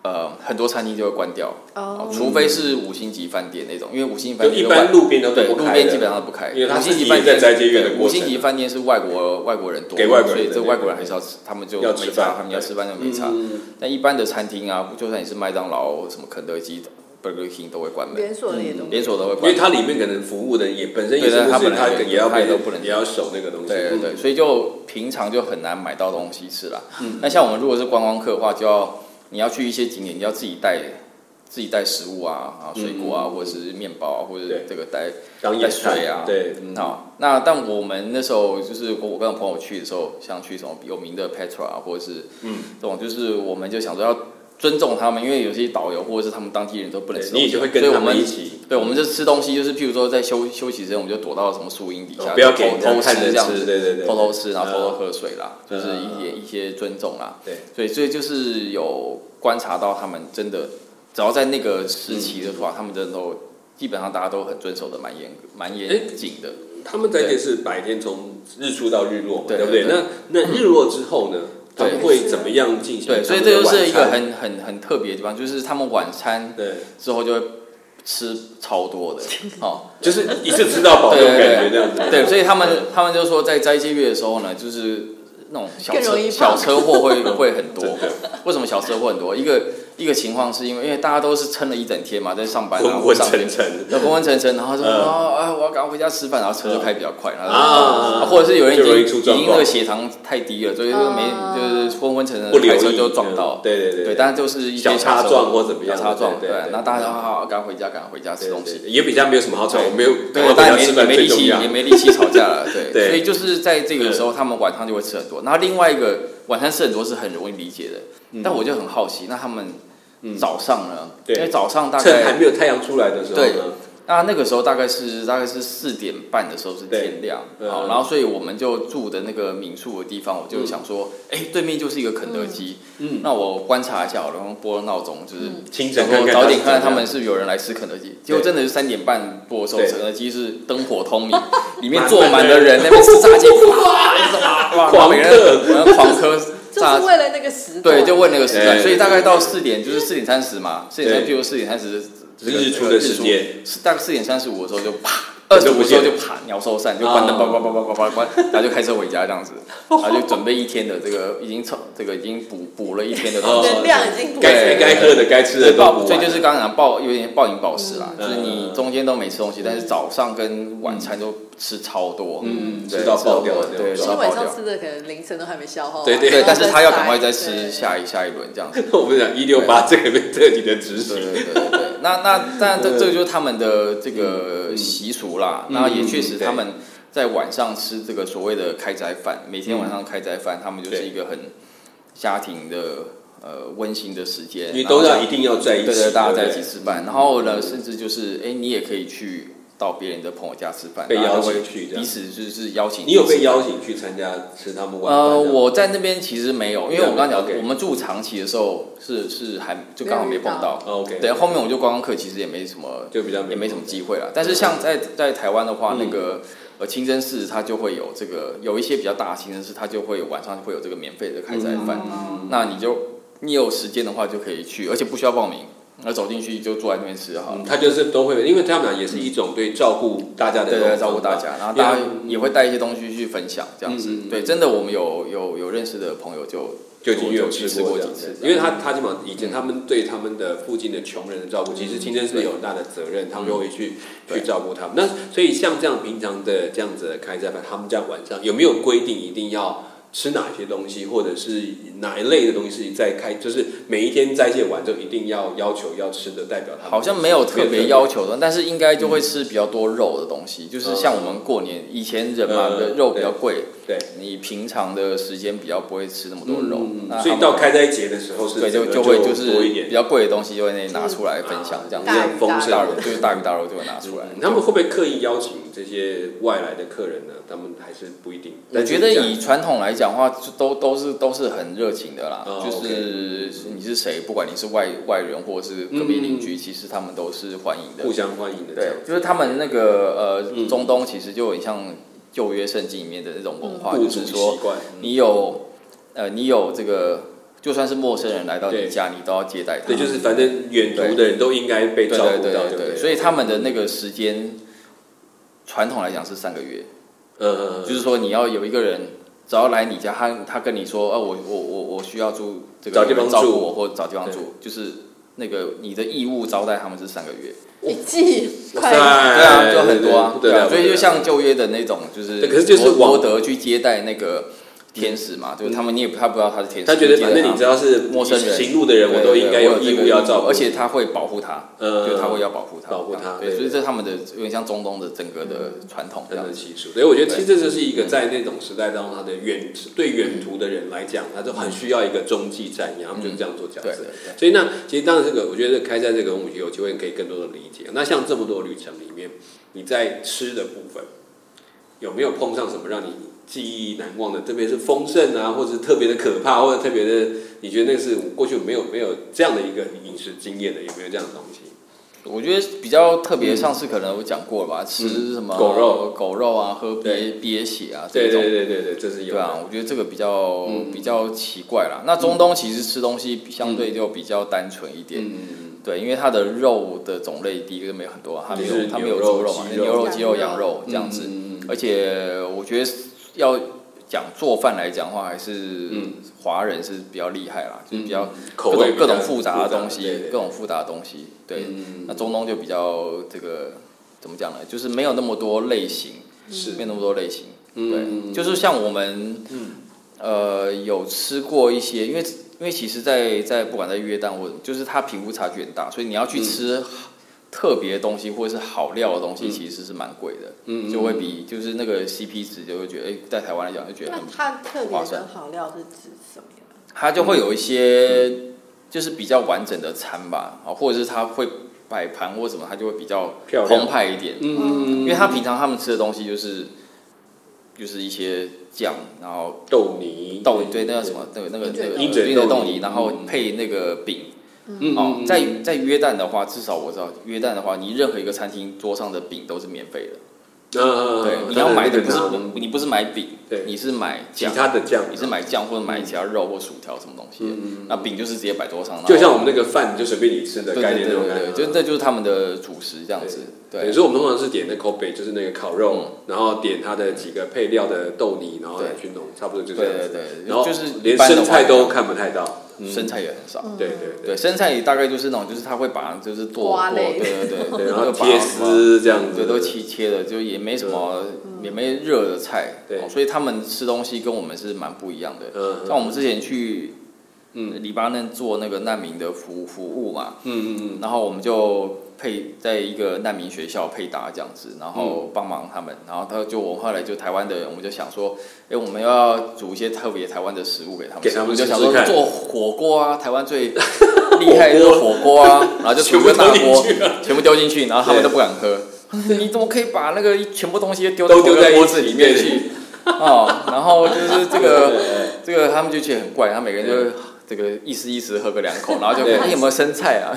[SPEAKER 3] 呃，很多餐厅就会关掉，
[SPEAKER 2] 哦
[SPEAKER 3] 除非是五星级饭店那种，因为五星级饭
[SPEAKER 1] 就
[SPEAKER 3] 店
[SPEAKER 1] 一
[SPEAKER 3] 就晚
[SPEAKER 1] 般路边都
[SPEAKER 3] 对，
[SPEAKER 1] 不
[SPEAKER 3] 路
[SPEAKER 1] 开
[SPEAKER 3] 边
[SPEAKER 1] 的
[SPEAKER 3] 基本上都不开，
[SPEAKER 1] 因为它
[SPEAKER 3] 五星级
[SPEAKER 1] 是
[SPEAKER 3] 饭
[SPEAKER 1] 一个
[SPEAKER 3] 店
[SPEAKER 1] 斋戒月的
[SPEAKER 3] 对
[SPEAKER 1] 过
[SPEAKER 3] 五
[SPEAKER 1] 程啊
[SPEAKER 3] 星级饭店是外国外国人多嘛，
[SPEAKER 1] 给外国人
[SPEAKER 3] 所以
[SPEAKER 1] 的
[SPEAKER 3] 这
[SPEAKER 1] 对
[SPEAKER 3] 外国人
[SPEAKER 1] 对
[SPEAKER 3] 还是要吃，他们就
[SPEAKER 1] 要
[SPEAKER 3] 没
[SPEAKER 1] 吃
[SPEAKER 3] 差
[SPEAKER 1] 饭
[SPEAKER 3] 他们要吃饭就没差。
[SPEAKER 1] 嗯
[SPEAKER 3] 但一般的餐厅啊，就算你是麦当劳、什么肯德基、Burger King 都会关门，嗯
[SPEAKER 2] 连锁的也都 (laughs)
[SPEAKER 3] 连锁都会
[SPEAKER 1] 因为
[SPEAKER 3] 关门。
[SPEAKER 1] 它里面可能服务的也本身也是
[SPEAKER 3] 对
[SPEAKER 1] 穆
[SPEAKER 3] 它
[SPEAKER 1] 斯林，
[SPEAKER 3] 本来
[SPEAKER 1] 他
[SPEAKER 3] 也
[SPEAKER 1] 也要
[SPEAKER 3] 它也
[SPEAKER 1] 被
[SPEAKER 3] 都不能
[SPEAKER 1] 也要守那个东西。
[SPEAKER 3] 对对对，
[SPEAKER 1] 嗯
[SPEAKER 3] 所以就平常就很难买到东西吃啦。那像我们如果是观光客的话，就要你要去一些景点，你要自己带自己带食物啊、啊水果啊，或者是面包啊，或者
[SPEAKER 1] 嗯对
[SPEAKER 3] 是这个带
[SPEAKER 1] 当野
[SPEAKER 3] 在水
[SPEAKER 1] 菜
[SPEAKER 3] 啊
[SPEAKER 1] 对，嗯
[SPEAKER 3] 好，那但我们那时候就是我我跟我朋友去的时候，像去什么有名的 Petra 啊或者是
[SPEAKER 1] 嗯
[SPEAKER 3] 这种，就是我们就想说要尊重他们，因为有些导游或者是他们当地人都不能吃
[SPEAKER 1] 对
[SPEAKER 3] 东
[SPEAKER 1] 你
[SPEAKER 3] 西，
[SPEAKER 1] 也就
[SPEAKER 3] 啊
[SPEAKER 1] 会跟
[SPEAKER 3] 所以
[SPEAKER 1] 他
[SPEAKER 3] 我
[SPEAKER 1] 们一
[SPEAKER 3] 们
[SPEAKER 1] 起，
[SPEAKER 3] 对，我们就吃东西，就是譬如说在休休息时间，我们就躲到什么树荫底
[SPEAKER 1] 哦
[SPEAKER 3] 下，
[SPEAKER 1] 不要给
[SPEAKER 3] 偷
[SPEAKER 1] 人家
[SPEAKER 3] 偷
[SPEAKER 1] 看着
[SPEAKER 3] 吃这样
[SPEAKER 1] 吃，
[SPEAKER 3] 子，
[SPEAKER 1] 对对对，
[SPEAKER 3] 偷偷吃，然后偷偷
[SPEAKER 1] 嗯
[SPEAKER 3] 喝水啦，就是一点一些尊重啦。
[SPEAKER 1] 对，
[SPEAKER 3] 所以所以就是有观察到他们真的，只要在那个时期的话，他们真的都基本上大家都很遵守的蛮严格、蛮
[SPEAKER 1] 哎
[SPEAKER 3] 严谨的。
[SPEAKER 1] 他们斋戒是白天从日出到日落嘛，
[SPEAKER 3] 对
[SPEAKER 1] 不对？
[SPEAKER 3] 对
[SPEAKER 1] 那那日落之后呢？他
[SPEAKER 3] 对
[SPEAKER 1] 们会怎么样进行他
[SPEAKER 3] 对，
[SPEAKER 1] 们的
[SPEAKER 3] 所以
[SPEAKER 1] 晚餐？
[SPEAKER 3] 这就是一个很很很特别的地方，就是他们晚餐
[SPEAKER 1] 对，
[SPEAKER 3] 之后就会吃超多的哦，
[SPEAKER 1] 就是一次吃到饱那
[SPEAKER 3] 对
[SPEAKER 1] 种
[SPEAKER 3] 对
[SPEAKER 1] 感觉
[SPEAKER 3] 对
[SPEAKER 1] 那样子。
[SPEAKER 3] (laughs) 对，所以他们他们就说在斋戒月的时候呢，就是那种小
[SPEAKER 2] 更容
[SPEAKER 3] 车
[SPEAKER 2] 易
[SPEAKER 3] 小
[SPEAKER 2] 胖
[SPEAKER 3] 车祸会会很多
[SPEAKER 1] 真的。
[SPEAKER 3] 为什么小车祸很多？一个一个情况是因为因为大家都是撑了一整天嘛，在上班
[SPEAKER 1] 昏
[SPEAKER 3] 啊，
[SPEAKER 1] 昏
[SPEAKER 3] 上学
[SPEAKER 1] 沉沉，
[SPEAKER 3] 那昏昏沉沉，然后说
[SPEAKER 1] 嗯
[SPEAKER 3] 哦啊，我要赶快回家吃饭，然后车就开比较快，然后
[SPEAKER 1] 啊
[SPEAKER 3] 或者是有人已
[SPEAKER 1] 就容易
[SPEAKER 3] 经
[SPEAKER 1] 出
[SPEAKER 3] 已
[SPEAKER 1] 状况
[SPEAKER 3] 经那个血糖太低了，所以就没
[SPEAKER 2] 啊
[SPEAKER 3] 就是昏昏沉沉
[SPEAKER 1] 不
[SPEAKER 3] 的
[SPEAKER 1] 留
[SPEAKER 3] 开车
[SPEAKER 1] 意嗯
[SPEAKER 3] 就撞到，
[SPEAKER 1] 对对对
[SPEAKER 3] 对，但是就是一些
[SPEAKER 1] 小擦
[SPEAKER 3] 车
[SPEAKER 1] 撞或怎么样
[SPEAKER 3] 小擦撞，
[SPEAKER 1] 对
[SPEAKER 3] 对
[SPEAKER 1] 对对，嗯
[SPEAKER 3] 那大家好，赶快回家，赶快回家
[SPEAKER 1] 对
[SPEAKER 3] 吃东西。
[SPEAKER 1] 对也比较没有什么好吵，我没有
[SPEAKER 3] 对
[SPEAKER 1] 我，比
[SPEAKER 3] 大
[SPEAKER 1] 较
[SPEAKER 3] 家也
[SPEAKER 1] 吃
[SPEAKER 3] 没
[SPEAKER 1] 饭
[SPEAKER 3] 也没
[SPEAKER 1] 最
[SPEAKER 3] 力
[SPEAKER 1] 重
[SPEAKER 3] 气，
[SPEAKER 1] 要
[SPEAKER 3] 也。没力气吵架了，
[SPEAKER 1] (laughs) 对
[SPEAKER 3] 对，所以就是在这个时候，他们晚上就会吃很多。然后另外一个晚餐吃很多是很容易理解的，但我就很好奇，那他们早上呢？
[SPEAKER 1] 嗯对
[SPEAKER 3] 因为早上大
[SPEAKER 1] 趁还
[SPEAKER 3] 概
[SPEAKER 1] 没有太阳出来的时候
[SPEAKER 3] 对
[SPEAKER 1] 呢，
[SPEAKER 3] 那那个时候大概是大概是四点半的时候是天亮，
[SPEAKER 1] 对
[SPEAKER 3] 好，
[SPEAKER 1] 嗯
[SPEAKER 3] 然后所以我们就住的那个民宿的地方，我就想说，哎，对面就是一个肯德基，
[SPEAKER 1] 嗯，
[SPEAKER 3] 那我观察一下，然后拨闹钟，就是
[SPEAKER 1] 清晨看
[SPEAKER 3] 想说
[SPEAKER 1] 看
[SPEAKER 3] 早点看看他
[SPEAKER 1] 它
[SPEAKER 3] 们
[SPEAKER 1] 是
[SPEAKER 3] 是不是有人来吃肯德基，结果真的是三点半播的时候，
[SPEAKER 1] 对
[SPEAKER 3] 肯德基是灯火通明，里面坐满
[SPEAKER 1] (laughs)
[SPEAKER 3] 了人，那边吃炸鸡，哇，一直哇哇，然后每个人然后狂喝
[SPEAKER 2] 就
[SPEAKER 3] 炸
[SPEAKER 2] 是，为了那个时段，
[SPEAKER 3] 对，就问那个时
[SPEAKER 1] 对
[SPEAKER 3] 段，所以大概到四点就是四点三十嘛，四点三，
[SPEAKER 1] 对
[SPEAKER 3] 譬如四点三十
[SPEAKER 1] 这个日出的时，
[SPEAKER 3] 这个
[SPEAKER 1] 间，
[SPEAKER 3] 日出大概四点三十五的时候就啪。二十五的时候就啪鸟兽散，就关灯，
[SPEAKER 1] 啊
[SPEAKER 3] 叭叭叭叭叭叭关，然后就开车回家这样子，然后就准备一天的这个已经凑这个已经补补了一天的东西
[SPEAKER 1] 哦，
[SPEAKER 2] 能量已经不
[SPEAKER 1] 该
[SPEAKER 3] 对
[SPEAKER 1] 该喝的、该吃的都
[SPEAKER 3] 暴，
[SPEAKER 1] 不
[SPEAKER 3] 所以就
[SPEAKER 1] 完。
[SPEAKER 3] 是刚刚讲暴，有点暴饮暴食啦，
[SPEAKER 1] 嗯
[SPEAKER 3] 就是你中间都没吃东西，但是早上跟晚餐都吃超多，
[SPEAKER 1] 嗯
[SPEAKER 3] 对
[SPEAKER 1] 吃到爆掉的那种
[SPEAKER 3] 对，
[SPEAKER 1] 其实
[SPEAKER 2] 其
[SPEAKER 3] 吃
[SPEAKER 2] 实
[SPEAKER 3] 到爆
[SPEAKER 2] 晚
[SPEAKER 3] 掉
[SPEAKER 2] 上。吃的可能凌晨都还没消化完，
[SPEAKER 1] 对对
[SPEAKER 3] 对，但是他要赶快
[SPEAKER 2] 再
[SPEAKER 3] 再吃下一下一轮这样子。
[SPEAKER 1] (laughs) 我们讲一六八这个被彻底的执
[SPEAKER 3] 对
[SPEAKER 1] 行，
[SPEAKER 3] 对对对，那那但这这个就是他们的这个习俗啦，
[SPEAKER 1] 嗯
[SPEAKER 3] 然后也确实
[SPEAKER 1] 对
[SPEAKER 3] 他们在晚上吃这个所谓的开斋饭，
[SPEAKER 1] 嗯
[SPEAKER 3] 每天晚上开斋饭，他们就是
[SPEAKER 1] 对
[SPEAKER 3] 一个很家庭的呃温馨的时间，
[SPEAKER 1] 因为
[SPEAKER 3] 然后
[SPEAKER 1] 都
[SPEAKER 3] 像
[SPEAKER 1] 要一定要在一起，
[SPEAKER 3] 对对，大家在一
[SPEAKER 1] 对
[SPEAKER 3] 起吃饭，然后呢，甚至就是哎，你也可以去到别人的朋友家吃饭，
[SPEAKER 1] 被
[SPEAKER 3] 然后
[SPEAKER 1] 邀
[SPEAKER 3] 就
[SPEAKER 1] 请
[SPEAKER 3] 会
[SPEAKER 1] 去这
[SPEAKER 3] 彼
[SPEAKER 1] 样。
[SPEAKER 3] 此就是邀请。
[SPEAKER 1] 你有被邀？请去参加吃他们晚饭
[SPEAKER 3] 呃，
[SPEAKER 1] 这样吗？
[SPEAKER 3] 我在那边其实没有，因为我们刚刚讲，
[SPEAKER 1] OK
[SPEAKER 3] 我们住长期的时候是是还就刚好没碰到。
[SPEAKER 1] 哦 OK，
[SPEAKER 3] 对，后面我就观光客其实也没什么，
[SPEAKER 1] 就比较
[SPEAKER 3] 也没什么机会了。但是像在在台湾的
[SPEAKER 1] 嗯
[SPEAKER 3] 话，那个呃清真寺它就会有这个，有一些比较大的清真寺，它就会晚上会有这个免费的开斋饭。
[SPEAKER 1] 哦
[SPEAKER 2] 嗯
[SPEAKER 3] 那你就你有时间的话就可以去，而且不需要报名，那走进去就坐在那边吃好了。
[SPEAKER 1] 嗯，他就是都会，因为他们俩也是一种对照顾大家的
[SPEAKER 3] 对
[SPEAKER 1] 那
[SPEAKER 3] 对，
[SPEAKER 1] 种
[SPEAKER 3] 照顾大
[SPEAKER 1] 方法。
[SPEAKER 3] 家，然后大家
[SPEAKER 1] 因为
[SPEAKER 3] 也会带一些东西去分享，这样子。
[SPEAKER 1] 嗯嗯嗯嗯
[SPEAKER 3] 对，真的我们有有有认识的朋友就
[SPEAKER 1] 就已经有
[SPEAKER 3] 去
[SPEAKER 1] 吃
[SPEAKER 3] 过
[SPEAKER 1] 这
[SPEAKER 3] 几
[SPEAKER 1] 样
[SPEAKER 3] 次
[SPEAKER 1] 子，，因为他他基本上以前他们对他们的附近的穷人的照顾，其实清真寺有很大的责任，他们就会去
[SPEAKER 3] 对
[SPEAKER 1] 去照顾他们。
[SPEAKER 3] 嗯
[SPEAKER 1] 那所以像这样平常的这样子的开斋饭，他们这样晚上有没有规定一定要吃哪些东西，或者是哪一类的东西在开，就是每一天斋戒完之后一定要要求要吃的，代表他们
[SPEAKER 3] 好像没有特别要求的，但是应该就会吃比较多肉的东西，就是像我们过年以前人嘛，
[SPEAKER 1] 嗯
[SPEAKER 3] 肉比较贵，
[SPEAKER 1] 对，
[SPEAKER 3] 你平常的时间比较不会吃那么多肉，
[SPEAKER 1] 嗯
[SPEAKER 3] 那他们
[SPEAKER 1] 所以到开斋节的时候是
[SPEAKER 3] 对就
[SPEAKER 1] 整个
[SPEAKER 3] 就
[SPEAKER 1] 就
[SPEAKER 3] 会就是
[SPEAKER 1] 多一
[SPEAKER 3] 比
[SPEAKER 1] 点。
[SPEAKER 3] 较贵的东西就会那拿出来分享，这样子
[SPEAKER 1] 这样丰
[SPEAKER 2] 大鱼
[SPEAKER 1] 盛
[SPEAKER 3] 大肉就是大鱼大肉就会拿出来。
[SPEAKER 1] 嗯他们会不会刻意邀请这些外来的客人呢？他们还是不一定。
[SPEAKER 3] 我
[SPEAKER 1] 但是
[SPEAKER 3] 觉得
[SPEAKER 1] 这样
[SPEAKER 3] 以传统来讲的话，就都都是都是很热情的啦。
[SPEAKER 1] 哦
[SPEAKER 3] 就是你是谁，不管你是外外人或者是隔壁邻
[SPEAKER 1] 嗯
[SPEAKER 3] 居，其实他们都是欢迎的
[SPEAKER 1] 互。相欢迎的这
[SPEAKER 3] 对
[SPEAKER 1] 样，，嗯
[SPEAKER 3] 就是他们那个呃，中东其实就很像旧约圣经里面的那种文化，
[SPEAKER 1] 雇
[SPEAKER 3] 就
[SPEAKER 1] 嗯主
[SPEAKER 3] 是说
[SPEAKER 1] 习惯，
[SPEAKER 3] 你有呃，你有这个，就算是陌生人来到你
[SPEAKER 1] 对
[SPEAKER 3] 家，你都要接待他。
[SPEAKER 1] 对，就是反正远途的人都应该被
[SPEAKER 3] 对
[SPEAKER 1] 照
[SPEAKER 3] 对
[SPEAKER 1] 顾到，
[SPEAKER 3] 对
[SPEAKER 1] 对不
[SPEAKER 3] 对，
[SPEAKER 1] 对？
[SPEAKER 3] 所以他们的那个时间，传统来讲是三个月。
[SPEAKER 1] 呃，
[SPEAKER 3] 就是说你要有一个人，只要来你家，他他跟你说，啊，我我我我需要住这个
[SPEAKER 1] 找地方住
[SPEAKER 3] 照顾我或找地方住，就是那个你的义务招待他们是三个月，
[SPEAKER 2] 一季
[SPEAKER 1] 哇
[SPEAKER 2] 快
[SPEAKER 1] 塞，
[SPEAKER 3] 对啊，就很多啊，
[SPEAKER 1] 哎对
[SPEAKER 3] 啊，
[SPEAKER 1] 啊，
[SPEAKER 3] 所以就像旧约的那种，就是
[SPEAKER 1] 对可是就是
[SPEAKER 3] 罗
[SPEAKER 1] 往
[SPEAKER 3] 罗德去接待那个天使嘛，就是他们你也不他不知道他是天使，
[SPEAKER 1] 他觉得
[SPEAKER 3] 就接待
[SPEAKER 1] 反正你
[SPEAKER 3] 他
[SPEAKER 1] 只要是
[SPEAKER 3] 啊陌生人
[SPEAKER 1] 行路的人，
[SPEAKER 3] 对
[SPEAKER 1] 我都应该
[SPEAKER 3] 对
[SPEAKER 1] 有
[SPEAKER 3] 我有这
[SPEAKER 1] 义
[SPEAKER 3] 个
[SPEAKER 1] 务要照顾，
[SPEAKER 3] 而且他会保护他，
[SPEAKER 1] 呃，
[SPEAKER 3] 就是他会要保护他，
[SPEAKER 1] 保护他
[SPEAKER 3] 对，
[SPEAKER 1] 对嗯
[SPEAKER 3] 所以这是他们的有点像中东的整个的传统这
[SPEAKER 1] 真
[SPEAKER 3] 样
[SPEAKER 1] 的
[SPEAKER 3] 子，
[SPEAKER 1] 习俗，所以我觉得其实这就是一个在那种时代当中，他的远对远途的人来讲，他就很需要一个中继站一样，他们就是这样做角
[SPEAKER 3] 对
[SPEAKER 1] 色
[SPEAKER 3] 对。对。
[SPEAKER 1] 所以那其实当然这个，我觉得开在这个我们有机会可以更多的理解。那像这么多旅程里面，你在吃的部分有没有碰上什么让你记忆难忘的？特别是丰盛啊，或者是特别的可怕，或者特别的，你觉得那是过去没有没有这样的一个饮食经验的，有没有这样的东西？
[SPEAKER 3] 我觉得比较特别，上次可能我讲过了吧，吃什么
[SPEAKER 1] 嗯狗肉、
[SPEAKER 3] 狗肉啊，喝
[SPEAKER 1] 对
[SPEAKER 3] 鳖鳖血啊这
[SPEAKER 1] 对
[SPEAKER 3] 种
[SPEAKER 1] 对，对对对，这是有嗯
[SPEAKER 3] 对
[SPEAKER 1] 的。
[SPEAKER 3] 啊，我觉得这个比较比较奇怪啦。那中东其实吃东西相对就比较单纯一点，
[SPEAKER 1] 嗯，
[SPEAKER 3] 对，因为它的肉的种类第一个没有很多啊，它没
[SPEAKER 1] 就
[SPEAKER 3] 有
[SPEAKER 1] 是
[SPEAKER 3] 它没有
[SPEAKER 1] 牛肉
[SPEAKER 3] 猪肉嘛，
[SPEAKER 1] 鸡肉
[SPEAKER 3] 牛肉、
[SPEAKER 2] 羊
[SPEAKER 3] 鸡肉、
[SPEAKER 2] 肉
[SPEAKER 3] 羊肉这样子，
[SPEAKER 1] 嗯
[SPEAKER 3] 而且我觉得要讲做饭来讲的话，还是
[SPEAKER 1] 嗯
[SPEAKER 3] 华人是比较厉害啦，就是比较
[SPEAKER 1] 口
[SPEAKER 3] 各
[SPEAKER 1] 味
[SPEAKER 3] 种
[SPEAKER 1] 比
[SPEAKER 3] 各
[SPEAKER 1] 较
[SPEAKER 3] 种复杂的东
[SPEAKER 1] 对
[SPEAKER 3] 西
[SPEAKER 1] 对，对
[SPEAKER 3] 各种复杂的东西，对。
[SPEAKER 1] 嗯
[SPEAKER 3] 那中东就比较这个怎么讲呢？就是没有那么多类型，
[SPEAKER 1] 是
[SPEAKER 3] 没有那么多类型。
[SPEAKER 1] 嗯
[SPEAKER 3] 对，就是像我们，呃，有吃过一些，因为因为其实在，在不管在约旦或就是它贫富差距很大，所以你要去吃
[SPEAKER 1] 嗯
[SPEAKER 3] 特别的东西或者是好料的东西，其实是蛮贵的，
[SPEAKER 1] 嗯嗯
[SPEAKER 3] 就会比就是那个 CP 值就会觉得，哎、在台湾来讲就觉得
[SPEAKER 2] 那
[SPEAKER 3] 很
[SPEAKER 2] 它特别
[SPEAKER 3] 划算
[SPEAKER 2] 的好料是指什么呀？
[SPEAKER 3] 它就会有一些
[SPEAKER 1] 嗯
[SPEAKER 3] 就是比较完整的餐吧，啊，或者是它会摆盘或什么，它就会比较
[SPEAKER 1] 漂亮
[SPEAKER 3] 澎湃一点，
[SPEAKER 1] 嗯，
[SPEAKER 3] 因为它平常他们吃的东西就是就是一些酱，然后
[SPEAKER 1] 豆泥
[SPEAKER 3] 豆对那个什么那个那个那个
[SPEAKER 1] 鹰嘴
[SPEAKER 3] 鹰嘴
[SPEAKER 1] 豆
[SPEAKER 3] 豆
[SPEAKER 1] 泥
[SPEAKER 3] 泥，然后配那个饼。
[SPEAKER 1] 嗯
[SPEAKER 3] 哦，
[SPEAKER 1] 嗯
[SPEAKER 3] 在在约旦的话，至少我知道约旦的话，你任何一个餐厅桌上的饼都是免费的。
[SPEAKER 1] 呃，
[SPEAKER 3] 对，你要买的不是
[SPEAKER 1] 当然
[SPEAKER 3] 你不是买饼
[SPEAKER 1] 对，
[SPEAKER 3] 你是买
[SPEAKER 1] 其
[SPEAKER 3] 酱，
[SPEAKER 1] 他的酱，
[SPEAKER 3] 你是买酱或者买其他肉或薯条什么东西的。那饼就是直接摆桌上，然后
[SPEAKER 1] 嗯就像我们那个饭，你就随便你吃的
[SPEAKER 3] 对
[SPEAKER 1] 概
[SPEAKER 3] 对
[SPEAKER 1] 念
[SPEAKER 3] 对
[SPEAKER 1] 那种
[SPEAKER 3] 对
[SPEAKER 1] 感觉
[SPEAKER 3] 对，
[SPEAKER 1] 啊。
[SPEAKER 3] 就这就是他们的主食这样子。
[SPEAKER 1] 有
[SPEAKER 3] 对嗯
[SPEAKER 1] 时候我们通常是点那 Kobe，就是那个烤肉，然后点它的几个配料的豆泥，然后来去弄，差不多就
[SPEAKER 3] 对
[SPEAKER 1] 这样
[SPEAKER 3] 对
[SPEAKER 1] 子。
[SPEAKER 3] 对，
[SPEAKER 1] 然后
[SPEAKER 3] 就是一
[SPEAKER 1] 连
[SPEAKER 3] 般的
[SPEAKER 1] 生菜都
[SPEAKER 3] 话嗯
[SPEAKER 1] 看不太到，
[SPEAKER 3] 生菜也很少。
[SPEAKER 1] 对对对
[SPEAKER 3] 对，生菜大概就是那种，就是他会把就是剁
[SPEAKER 2] 瓜
[SPEAKER 3] 剁，
[SPEAKER 2] 类
[SPEAKER 3] 对对
[SPEAKER 1] (laughs) 对，
[SPEAKER 3] 对，
[SPEAKER 1] 然后
[SPEAKER 3] 就把
[SPEAKER 1] 贴
[SPEAKER 3] 什么
[SPEAKER 1] 丝这样子，
[SPEAKER 3] 对，都切切的，就也没什么，也没热的菜，
[SPEAKER 1] 对
[SPEAKER 3] 哦所以他们吃东西跟我们是蛮不一样的。
[SPEAKER 1] 嗯
[SPEAKER 3] 像我们之前去，嗯，黎巴嫩做那个难民的服服务嘛，
[SPEAKER 1] 嗯嗯
[SPEAKER 3] 然后我们就配在一个难民学校配搭这样子，然
[SPEAKER 1] 嗯
[SPEAKER 3] 后帮忙他们，然后他就我后来就台湾的人，我们就想说，哎，我们要煮一些特别台湾的食物给他们吃，
[SPEAKER 1] 给他们
[SPEAKER 3] 我就
[SPEAKER 1] 试
[SPEAKER 3] 想
[SPEAKER 1] 试
[SPEAKER 3] 说
[SPEAKER 1] 看
[SPEAKER 3] 做火锅啊，台湾最厉害的就是火锅啊，然后就
[SPEAKER 1] 全
[SPEAKER 3] 煮
[SPEAKER 1] 部
[SPEAKER 3] 个大
[SPEAKER 1] 丢进
[SPEAKER 3] 锅
[SPEAKER 1] 去，啊 (laughs)
[SPEAKER 3] 全部丢进去，然后他们都不敢喝。你怎么可以把那个全部东西丢
[SPEAKER 1] 都丢
[SPEAKER 3] 同一
[SPEAKER 1] 在
[SPEAKER 3] 个
[SPEAKER 1] 一
[SPEAKER 3] 锅
[SPEAKER 1] 起
[SPEAKER 3] 子里面去？哦，然后就是这
[SPEAKER 1] 对
[SPEAKER 3] 个
[SPEAKER 1] 对对
[SPEAKER 3] 这个他们就觉得很怪，他每个人就这个意思意思喝个两
[SPEAKER 1] (laughs)
[SPEAKER 3] 口，然后就
[SPEAKER 1] 对
[SPEAKER 3] 哎有没有生菜
[SPEAKER 1] (laughs)
[SPEAKER 3] 啊？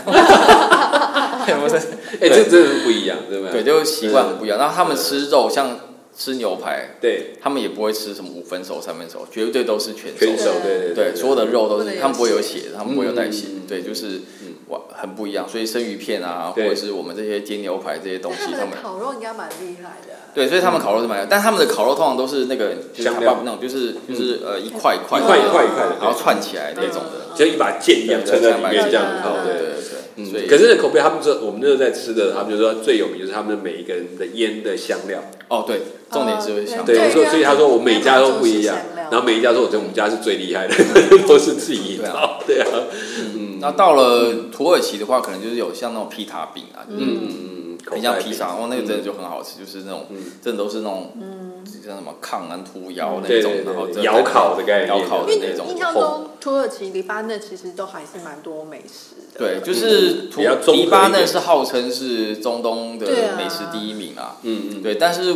[SPEAKER 3] 有没有生菜？
[SPEAKER 1] (laughs) 哎，这真的是不一样，对吧？
[SPEAKER 3] 对，就习惯很不一样。然后他们吃肉，像吃牛排，
[SPEAKER 1] 对，
[SPEAKER 3] 他们也不会吃什么五分熟、三分熟，绝对都是全熟。
[SPEAKER 1] 全手，对对
[SPEAKER 3] 对，所有的肉都
[SPEAKER 2] 不能
[SPEAKER 3] 是，
[SPEAKER 2] 有
[SPEAKER 3] 他们不会有
[SPEAKER 2] 血
[SPEAKER 3] 血，他们不会有代谢
[SPEAKER 1] 嗯嗯嗯，
[SPEAKER 3] 对，就是
[SPEAKER 1] 嗯
[SPEAKER 3] 哇，很不一样。所以生鱼片啊，或
[SPEAKER 1] 对
[SPEAKER 3] 者是我们这些煎牛排这些东
[SPEAKER 2] 但
[SPEAKER 3] 西
[SPEAKER 2] 他，们
[SPEAKER 3] 他
[SPEAKER 2] 的
[SPEAKER 3] 们
[SPEAKER 2] 烤肉应该蛮厉害的，
[SPEAKER 3] 对，所以他们烤肉是蛮，但他们的烤肉通常都是那个就是
[SPEAKER 1] 香料
[SPEAKER 3] kebab 那种，就是就是呃一块一块
[SPEAKER 1] 一
[SPEAKER 3] 的
[SPEAKER 1] 块一块一块的，
[SPEAKER 3] 然后串起来那种的，
[SPEAKER 1] 就一把剑一样撑在里面这样子
[SPEAKER 2] 对
[SPEAKER 1] 哦，
[SPEAKER 3] 对
[SPEAKER 1] 对。
[SPEAKER 3] 对对，所
[SPEAKER 1] 可
[SPEAKER 3] 以
[SPEAKER 1] 是口碑，他们说我们那时候在吃的，他们就说最有名就是他们每一个人的腌的香料。
[SPEAKER 3] 哦对，重点是香
[SPEAKER 1] 对，
[SPEAKER 2] 对
[SPEAKER 1] 我说，所以他说我每家都不一样
[SPEAKER 2] 因为他们重视香，料
[SPEAKER 1] 然后每一家说，我觉得我们家是最厉害的， (laughs) 都是自己造。对啊，嗯
[SPEAKER 3] 那到了土耳其的话，可能就是有像那种披萨饼啊，就是
[SPEAKER 1] 嗯嗯，
[SPEAKER 3] 很像披萨，哦，那个真的就很好吃，就是那种
[SPEAKER 1] 嗯
[SPEAKER 3] 真的都是那种像什么抗安兔腰那
[SPEAKER 1] 对
[SPEAKER 3] 种
[SPEAKER 1] 对，
[SPEAKER 3] 然后
[SPEAKER 1] 对
[SPEAKER 3] 真的
[SPEAKER 1] 窑烤的概念
[SPEAKER 3] 窑烤
[SPEAKER 2] 因
[SPEAKER 3] 的
[SPEAKER 2] 为
[SPEAKER 3] 那种
[SPEAKER 2] 印象中土耳其、黎巴嫩其实都还是蛮多美食的。
[SPEAKER 3] 对，就是土
[SPEAKER 1] 比较综合一点
[SPEAKER 3] 黎巴嫩是号称是中东的
[SPEAKER 2] 对啊
[SPEAKER 3] 美食第一名啊，
[SPEAKER 1] 嗯嗯，
[SPEAKER 3] 对，但是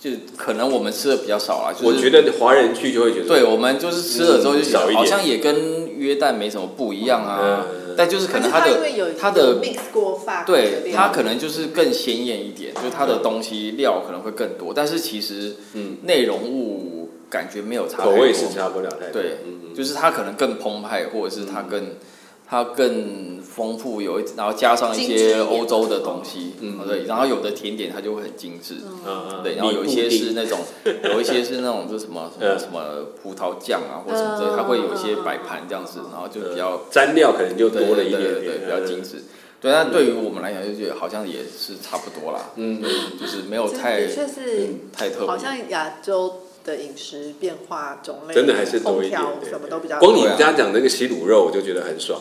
[SPEAKER 3] 就可能我们吃的比较少啦，就
[SPEAKER 1] 我
[SPEAKER 3] 是
[SPEAKER 1] 觉得华人去就会觉得，
[SPEAKER 3] 对，我们就是吃了之后就
[SPEAKER 1] 嗯少
[SPEAKER 3] 想
[SPEAKER 1] 一点
[SPEAKER 3] 好像也跟约旦没什么不一样啊
[SPEAKER 1] 嗯嗯嗯，
[SPEAKER 3] 但就是可
[SPEAKER 2] 还
[SPEAKER 3] 能
[SPEAKER 2] 是
[SPEAKER 3] 它
[SPEAKER 2] 他因
[SPEAKER 3] 的
[SPEAKER 2] 为有
[SPEAKER 3] 它的
[SPEAKER 2] 有 mix 过法国这
[SPEAKER 3] 对
[SPEAKER 2] 边，
[SPEAKER 3] 它可能就是更鲜艳一点，就是它的东西料可能会更多，但是其实
[SPEAKER 1] 嗯，
[SPEAKER 3] 内容物感觉没有差太
[SPEAKER 1] 口
[SPEAKER 3] 多，
[SPEAKER 1] 味是差不了太多。
[SPEAKER 3] 对
[SPEAKER 1] 嗯，
[SPEAKER 3] 就是它可能更澎湃，或者是它更它更丰富，有一然后加上一
[SPEAKER 2] 精致一
[SPEAKER 3] 些
[SPEAKER 2] 点
[SPEAKER 3] 欧洲的东西，
[SPEAKER 1] 嗯
[SPEAKER 3] 哦对，然后有的甜点它就会很精致，
[SPEAKER 1] 嗯嗯，嗯
[SPEAKER 3] 对，然后有一些是那种，有一些是那种就是什么什么
[SPEAKER 1] 嗯
[SPEAKER 3] 什么葡萄酱啊，或什么之类，它会有一些摆盘这样子，然后就比较
[SPEAKER 1] 呃蘸料可能就
[SPEAKER 3] 对
[SPEAKER 1] 多了
[SPEAKER 3] 对
[SPEAKER 1] 一
[SPEAKER 3] 对
[SPEAKER 1] 点
[SPEAKER 3] 对
[SPEAKER 1] 点，嗯
[SPEAKER 3] 对比较精致。对，但对于我们来讲，就觉得好像也是差不多啦，
[SPEAKER 1] 嗯。
[SPEAKER 3] 就是没有
[SPEAKER 2] 这
[SPEAKER 3] 太
[SPEAKER 2] 的确是
[SPEAKER 3] 嗯太特
[SPEAKER 2] 好
[SPEAKER 3] 别。
[SPEAKER 2] 像亚洲的饮食变化种类
[SPEAKER 1] 真的还是多一点
[SPEAKER 2] 烹调
[SPEAKER 1] 对
[SPEAKER 2] 什么都比较
[SPEAKER 1] 光你
[SPEAKER 2] 多 (laughs)
[SPEAKER 3] 啊
[SPEAKER 1] 们家讲那个西卤肉，我就觉得很爽。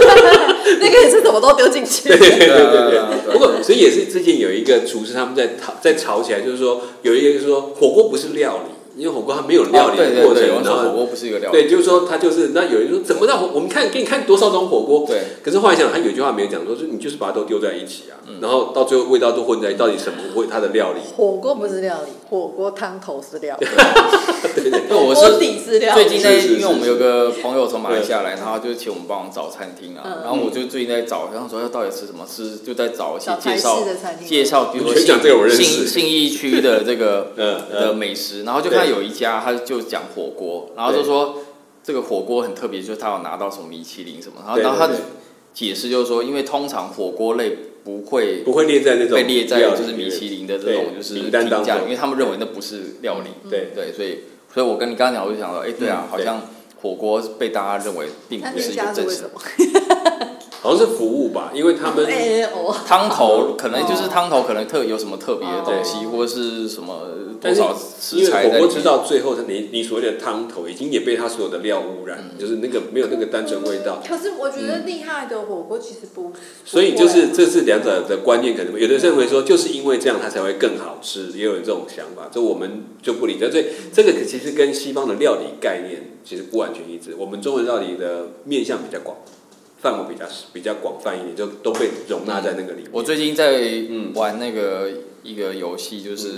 [SPEAKER 2] 那个也是什么都丢进去，
[SPEAKER 1] 对对对
[SPEAKER 3] 啊
[SPEAKER 1] 对。不过，所以也是之前有一个厨师他们在吵在吵起来，就是说有一个人说火锅不是料理，因为火锅它没有料
[SPEAKER 3] 哦
[SPEAKER 1] 理
[SPEAKER 3] 对
[SPEAKER 1] 的
[SPEAKER 3] 对
[SPEAKER 1] 过
[SPEAKER 3] 对，
[SPEAKER 1] 程
[SPEAKER 3] 有，人
[SPEAKER 1] 然
[SPEAKER 3] 说火
[SPEAKER 1] 后
[SPEAKER 3] 锅不是一个料理，
[SPEAKER 1] 对，就是说他就是那有人说怎么让火我们看给你看多少种火锅，
[SPEAKER 3] 对，
[SPEAKER 1] 可是后来想，他有一句话没有讲，说是你就是把它都丢在一起啊，
[SPEAKER 3] 嗯
[SPEAKER 1] 然后到最后味道都混在，到底什么味它的料理？
[SPEAKER 2] 火锅不是料理，火锅汤头是料理，
[SPEAKER 3] 因为我
[SPEAKER 2] 锅
[SPEAKER 3] 是
[SPEAKER 2] 底是料
[SPEAKER 3] 最近
[SPEAKER 2] 理。
[SPEAKER 3] 在，
[SPEAKER 1] 是是是
[SPEAKER 3] 因为我们有个朋友从马来西亚来，然后就请我们帮忙找餐厅啊，
[SPEAKER 2] 嗯
[SPEAKER 3] 然后我就最近在找，然后说要到底吃什么吃，就在找一些
[SPEAKER 2] 找
[SPEAKER 3] 介
[SPEAKER 2] 台式
[SPEAKER 3] 绍
[SPEAKER 2] 的餐厅
[SPEAKER 3] 介绍，比如说
[SPEAKER 1] 你全讲这个我认识
[SPEAKER 3] 信信信义区的这个
[SPEAKER 1] (laughs) 嗯
[SPEAKER 3] 的
[SPEAKER 1] 嗯，
[SPEAKER 3] 美食，然后就看
[SPEAKER 1] 对
[SPEAKER 3] 有一家他就讲火锅，然后就说这个火锅很特别，就是他有拿到什么米其林什么，然后
[SPEAKER 1] 对
[SPEAKER 3] 然后他
[SPEAKER 1] 对对
[SPEAKER 3] 解释就是说，因为通常火锅类不会
[SPEAKER 1] 不会列在那种
[SPEAKER 3] 被列在
[SPEAKER 1] 料理
[SPEAKER 3] 就是米其林的这种
[SPEAKER 1] 对
[SPEAKER 3] 就是
[SPEAKER 1] 名单当
[SPEAKER 3] 评价，
[SPEAKER 1] 中
[SPEAKER 3] 因为他们认为那不是料理。
[SPEAKER 1] 对
[SPEAKER 3] 对，所以所以我跟你刚刚讲，我就想说，哎、对啊，
[SPEAKER 1] 嗯
[SPEAKER 3] 好像火锅被大家认为并
[SPEAKER 2] 那
[SPEAKER 3] 不
[SPEAKER 2] 店
[SPEAKER 3] 是一
[SPEAKER 2] 家
[SPEAKER 3] 个
[SPEAKER 2] 是
[SPEAKER 3] 正
[SPEAKER 2] 为
[SPEAKER 3] 式
[SPEAKER 2] 什么？
[SPEAKER 1] 好像是服务吧，因为他们
[SPEAKER 2] (laughs) 哎哦，
[SPEAKER 3] 汤头，可能就是
[SPEAKER 2] 哦
[SPEAKER 3] 汤头可能特有什么特别的东西，
[SPEAKER 2] 哦
[SPEAKER 3] 或者是什么多
[SPEAKER 1] 但是
[SPEAKER 3] 少
[SPEAKER 1] 因
[SPEAKER 3] 食
[SPEAKER 1] 为
[SPEAKER 3] 材
[SPEAKER 1] 火
[SPEAKER 3] 在里
[SPEAKER 1] 锅
[SPEAKER 3] 面。
[SPEAKER 1] 吃到最后，你你所谓的汤头已经也被它所有的料污染，
[SPEAKER 3] 嗯
[SPEAKER 1] 就是那个没有那个单纯味道，
[SPEAKER 2] 可是我觉得厉害的火锅其实不，
[SPEAKER 1] 所以就
[SPEAKER 2] 不会嗯
[SPEAKER 1] 是这是两者的观念可能有的认为说就是因为这样它才会更好吃，也有这种想法，这我们就不理解。所以这个其实跟西方的料理概念其实不完全一致，我们中文料理的面向比较广，范围比较比较广泛一点，就都被容纳在那个里面。
[SPEAKER 3] 我最近在
[SPEAKER 1] 嗯
[SPEAKER 3] 玩那个一个游戏，就是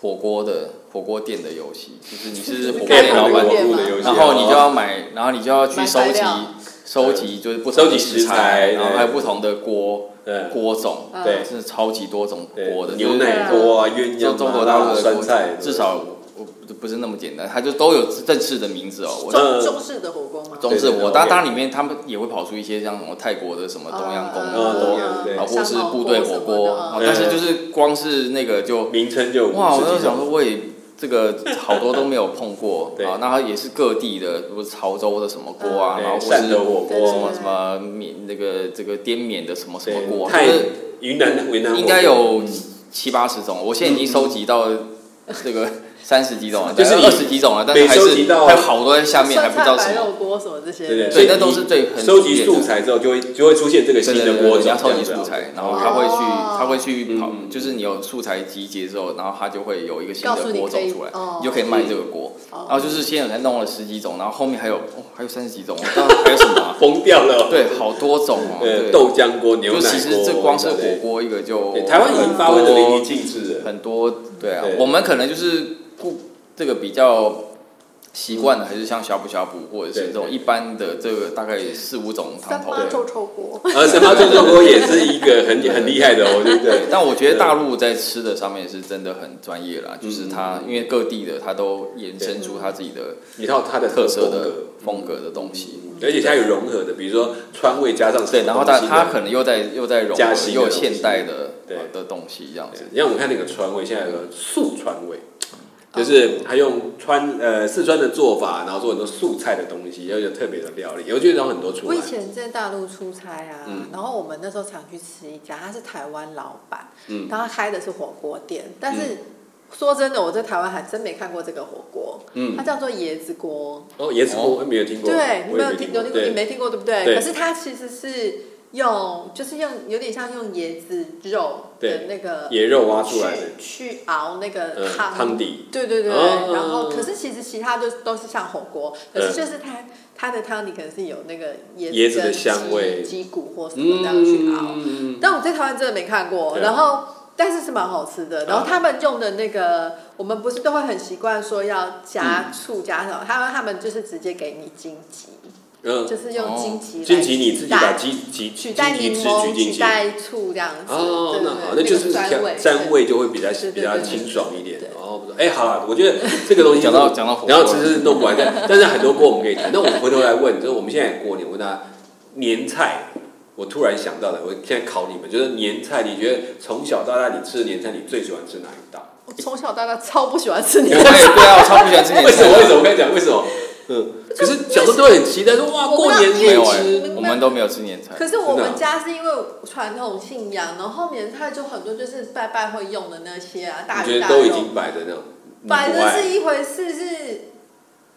[SPEAKER 3] 火锅的火锅店的游戏，就是你是火锅
[SPEAKER 1] 可以
[SPEAKER 3] 店
[SPEAKER 1] 玩那
[SPEAKER 3] 老
[SPEAKER 1] 个
[SPEAKER 3] 板，
[SPEAKER 1] 网络的游戏啊，
[SPEAKER 3] 然后你就要买，然后你就要去
[SPEAKER 2] 买
[SPEAKER 3] 收
[SPEAKER 2] 材
[SPEAKER 3] 集
[SPEAKER 2] 料
[SPEAKER 3] 收集，就是不同
[SPEAKER 1] 收集
[SPEAKER 3] 的
[SPEAKER 1] 食
[SPEAKER 3] 食
[SPEAKER 1] 材
[SPEAKER 3] 材，然后
[SPEAKER 1] 对
[SPEAKER 3] 还有不同的锅
[SPEAKER 1] 嗯
[SPEAKER 3] 锅种，
[SPEAKER 2] 嗯
[SPEAKER 1] 对
[SPEAKER 3] 真的超级多种
[SPEAKER 1] 对
[SPEAKER 3] 锅的，
[SPEAKER 1] 牛
[SPEAKER 3] 就是
[SPEAKER 1] 奶锅啊、鸳鸯
[SPEAKER 3] 中
[SPEAKER 1] 啊
[SPEAKER 3] 中国大陆的
[SPEAKER 1] 酸
[SPEAKER 3] 锅
[SPEAKER 1] 菜，
[SPEAKER 3] 至少我我不是那么简单，它就都有正式的名字哦。我
[SPEAKER 1] 呃
[SPEAKER 2] 中中式的火锅吗？
[SPEAKER 3] 中式
[SPEAKER 1] 对对
[SPEAKER 3] 我
[SPEAKER 1] 对
[SPEAKER 3] 当
[SPEAKER 1] 对
[SPEAKER 3] 当然里面他们也会跑出一些像什么泰国的什么东阳宫
[SPEAKER 1] 嗯嗯
[SPEAKER 3] 火锅
[SPEAKER 1] 嗯。对
[SPEAKER 3] 啊，或是部队火锅，啊
[SPEAKER 1] 嗯
[SPEAKER 3] 但是就是光是那个就
[SPEAKER 1] 名称就
[SPEAKER 3] 哇，
[SPEAKER 1] 50
[SPEAKER 3] 我就
[SPEAKER 1] 几种
[SPEAKER 3] 想说，我也这个好多都没有碰过
[SPEAKER 1] (laughs) 对
[SPEAKER 3] 啊。那它也是各地的，比如潮州的什么锅啊，
[SPEAKER 1] 对
[SPEAKER 3] 然后或
[SPEAKER 1] 汕
[SPEAKER 3] 是
[SPEAKER 1] 头火
[SPEAKER 2] 对
[SPEAKER 1] 锅
[SPEAKER 3] 什么什么缅那个这个滇缅的什么什么
[SPEAKER 1] 对，
[SPEAKER 3] 锅
[SPEAKER 1] 嗯
[SPEAKER 3] 啊，
[SPEAKER 1] 泰
[SPEAKER 3] 就是
[SPEAKER 1] 云南的云南火锅嗯
[SPEAKER 3] 应该有七八十种。我现在已经收集到这个三十几种
[SPEAKER 1] (laughs)
[SPEAKER 3] 了，
[SPEAKER 1] 就是你
[SPEAKER 3] 二十几种了，但是
[SPEAKER 1] 每
[SPEAKER 3] 还
[SPEAKER 1] 收集
[SPEAKER 3] 是
[SPEAKER 1] 到
[SPEAKER 3] 还有好多在下面还
[SPEAKER 2] 酸
[SPEAKER 3] 不知
[SPEAKER 2] 菜
[SPEAKER 3] 道什
[SPEAKER 2] 白
[SPEAKER 3] 么。
[SPEAKER 2] 肉锅什么这些，
[SPEAKER 1] 对对
[SPEAKER 3] 所以那
[SPEAKER 1] 你
[SPEAKER 3] 都是最很
[SPEAKER 1] 收集素材之后，就会就会出现这个
[SPEAKER 3] 对
[SPEAKER 1] 新
[SPEAKER 3] 对
[SPEAKER 1] 的
[SPEAKER 3] 对对，
[SPEAKER 1] 锅
[SPEAKER 3] 你
[SPEAKER 1] 种
[SPEAKER 3] 要收集
[SPEAKER 1] 这样
[SPEAKER 3] 素
[SPEAKER 1] 子啊
[SPEAKER 3] 材，然后他会去
[SPEAKER 2] 哦
[SPEAKER 3] 他会去跑
[SPEAKER 1] 嗯，？
[SPEAKER 3] 就是你有素材集结之后，然后他就会有一个新
[SPEAKER 2] 告
[SPEAKER 3] 的
[SPEAKER 2] 诉你
[SPEAKER 3] 锅走
[SPEAKER 2] 可以
[SPEAKER 3] 出来
[SPEAKER 2] 哦，
[SPEAKER 3] 你就可以卖这个
[SPEAKER 2] 哦
[SPEAKER 3] 锅。然后就是现在有人弄了十几种，然后后面还有哦还有三十几种，我不知道还有什么啊
[SPEAKER 1] 疯掉了。
[SPEAKER 3] 对，好多种哦。
[SPEAKER 1] 呃，
[SPEAKER 3] 对，
[SPEAKER 1] 豆浆锅、牛
[SPEAKER 3] 就
[SPEAKER 1] 奶锅，
[SPEAKER 3] 其实这光是火
[SPEAKER 1] 对
[SPEAKER 3] 锅一个就
[SPEAKER 1] 对台湾已经发挥的淋漓尽致了。
[SPEAKER 3] 很多对啊
[SPEAKER 1] 对，
[SPEAKER 3] 我们可能就是顾这个比较习惯的，还是像呷哺呷哺或者
[SPEAKER 1] 嗯对
[SPEAKER 3] 是这种一般的这个大概四五种汤
[SPEAKER 2] 三
[SPEAKER 3] 头。
[SPEAKER 2] 八
[SPEAKER 3] 对
[SPEAKER 2] 臭臭锅，
[SPEAKER 1] 呃，神马臭臭锅也是一个很很厉害的，哦我
[SPEAKER 3] (laughs)
[SPEAKER 1] 觉得。
[SPEAKER 3] 但我觉得大陆在吃的上面是真的很专业
[SPEAKER 1] 嗯
[SPEAKER 3] 啦，就是它因为各地的它都延伸出它自己的
[SPEAKER 1] 一套它的
[SPEAKER 3] 特色
[SPEAKER 1] 风
[SPEAKER 3] 的
[SPEAKER 1] 格，
[SPEAKER 3] 风格的东西。
[SPEAKER 1] 而且它有融合的，比如说川味加上什么
[SPEAKER 3] 对，然后它
[SPEAKER 1] 东西的
[SPEAKER 3] 它可能又在又在融
[SPEAKER 1] 加
[SPEAKER 3] 合，
[SPEAKER 1] 新的
[SPEAKER 3] 又有
[SPEAKER 1] 东西
[SPEAKER 3] 现代的
[SPEAKER 1] 对
[SPEAKER 3] 呃的东西这样子。
[SPEAKER 1] 你看我们看那个川味，现在有个素川味，
[SPEAKER 3] 啊
[SPEAKER 1] 就是它用川呃四川的做法，然后做很多素菜的东西，要有特别的料理，我觉得有很多出
[SPEAKER 2] 我
[SPEAKER 1] 来
[SPEAKER 2] 以。前在大陆出差啊，
[SPEAKER 1] 嗯
[SPEAKER 2] 然后我们那时候常去吃一家，他是台湾老板，
[SPEAKER 1] 嗯
[SPEAKER 2] 然后他开的是火锅店，但是。说真的，我在台湾还真没看过这个火锅，
[SPEAKER 1] 嗯
[SPEAKER 2] 它叫做椰子锅，
[SPEAKER 1] 哦，椰子锅我没有听过，
[SPEAKER 2] 对，你
[SPEAKER 1] 我
[SPEAKER 2] 没
[SPEAKER 1] 也
[SPEAKER 2] 有
[SPEAKER 1] 没
[SPEAKER 2] 听，
[SPEAKER 1] 过
[SPEAKER 2] 有听过，你
[SPEAKER 1] 对，
[SPEAKER 2] 没听过对不对？
[SPEAKER 1] 对
[SPEAKER 2] 可是它其实是用，就是用有点像用椰子肉的
[SPEAKER 1] 对
[SPEAKER 2] 那个
[SPEAKER 1] 椰肉挖出来的，
[SPEAKER 2] 去去熬那个
[SPEAKER 1] 嗯
[SPEAKER 2] 汤、
[SPEAKER 1] 汤底，
[SPEAKER 2] 对对对，
[SPEAKER 1] 哦
[SPEAKER 2] 然后可是其实其他就都是像火锅，可是就是它它的汤底可能是有那个椰
[SPEAKER 1] 椰子的
[SPEAKER 2] 跟
[SPEAKER 1] 香味
[SPEAKER 2] 鸡鸡骨或什么这样去熬。
[SPEAKER 1] 嗯，
[SPEAKER 2] 但我在台湾真的没看过，
[SPEAKER 1] 对
[SPEAKER 2] 然后但是是蛮好吃的。然
[SPEAKER 1] 嗯
[SPEAKER 2] 后他们用的那个，我们不是都会很习惯说要加醋加什么，他们他们就是直接给你荆棘，
[SPEAKER 1] 嗯，
[SPEAKER 2] 就是用荆棘来
[SPEAKER 1] 金棘你自己把
[SPEAKER 2] 取代
[SPEAKER 1] 鸡鸡
[SPEAKER 2] 取
[SPEAKER 1] 鸡
[SPEAKER 2] 代
[SPEAKER 1] 皮
[SPEAKER 2] 柠
[SPEAKER 1] 汁
[SPEAKER 2] 檬
[SPEAKER 1] 举进
[SPEAKER 2] 取
[SPEAKER 1] 去。
[SPEAKER 2] 代醋这样子，
[SPEAKER 1] 哦
[SPEAKER 2] 对，
[SPEAKER 1] 那
[SPEAKER 2] 对
[SPEAKER 1] 好，
[SPEAKER 2] 对
[SPEAKER 1] 那就
[SPEAKER 2] 个
[SPEAKER 1] 是
[SPEAKER 2] 酸味
[SPEAKER 1] 调沾味就会比较
[SPEAKER 2] 对对
[SPEAKER 1] 比较
[SPEAKER 2] 对对
[SPEAKER 1] 清爽一点
[SPEAKER 2] 对。
[SPEAKER 1] 哦，不错，哎，好了，我觉得这个东西
[SPEAKER 3] (laughs) 讲到讲到火锅
[SPEAKER 1] 然后只是弄不完，
[SPEAKER 2] (laughs)
[SPEAKER 1] 但但是很多锅我们可以谈。那我们回头来问，就是我们现在过年，我问大家年菜，我突然想到了，我现在考你们，就是年菜，你觉得从小到大你吃的年菜，你最喜欢吃哪一道？
[SPEAKER 2] 我从小到大超不喜欢吃
[SPEAKER 1] (laughs)
[SPEAKER 2] 年
[SPEAKER 3] 对对啊，我超不喜欢吃年
[SPEAKER 1] 哎为什
[SPEAKER 3] 菜
[SPEAKER 1] 么？
[SPEAKER 2] 哎
[SPEAKER 3] 的。
[SPEAKER 1] 为什么？我跟你讲为什么？嗯，可是小时候都会很期待，说哇，过年可
[SPEAKER 3] 没
[SPEAKER 1] 以
[SPEAKER 3] 有
[SPEAKER 1] 吃。
[SPEAKER 3] 哎，我们都没有吃年菜。
[SPEAKER 2] 可是我
[SPEAKER 1] 真的啊
[SPEAKER 2] 们家是因为传统信仰，然后年菜就很多就是拜拜会用的那些啊，
[SPEAKER 1] 我
[SPEAKER 2] 大
[SPEAKER 1] 哎觉
[SPEAKER 2] 鱼
[SPEAKER 1] 得
[SPEAKER 2] 大
[SPEAKER 1] 都已
[SPEAKER 2] 肉，
[SPEAKER 1] 经摆着那种，你不
[SPEAKER 2] 摆着
[SPEAKER 1] 爱
[SPEAKER 2] 是一回事，是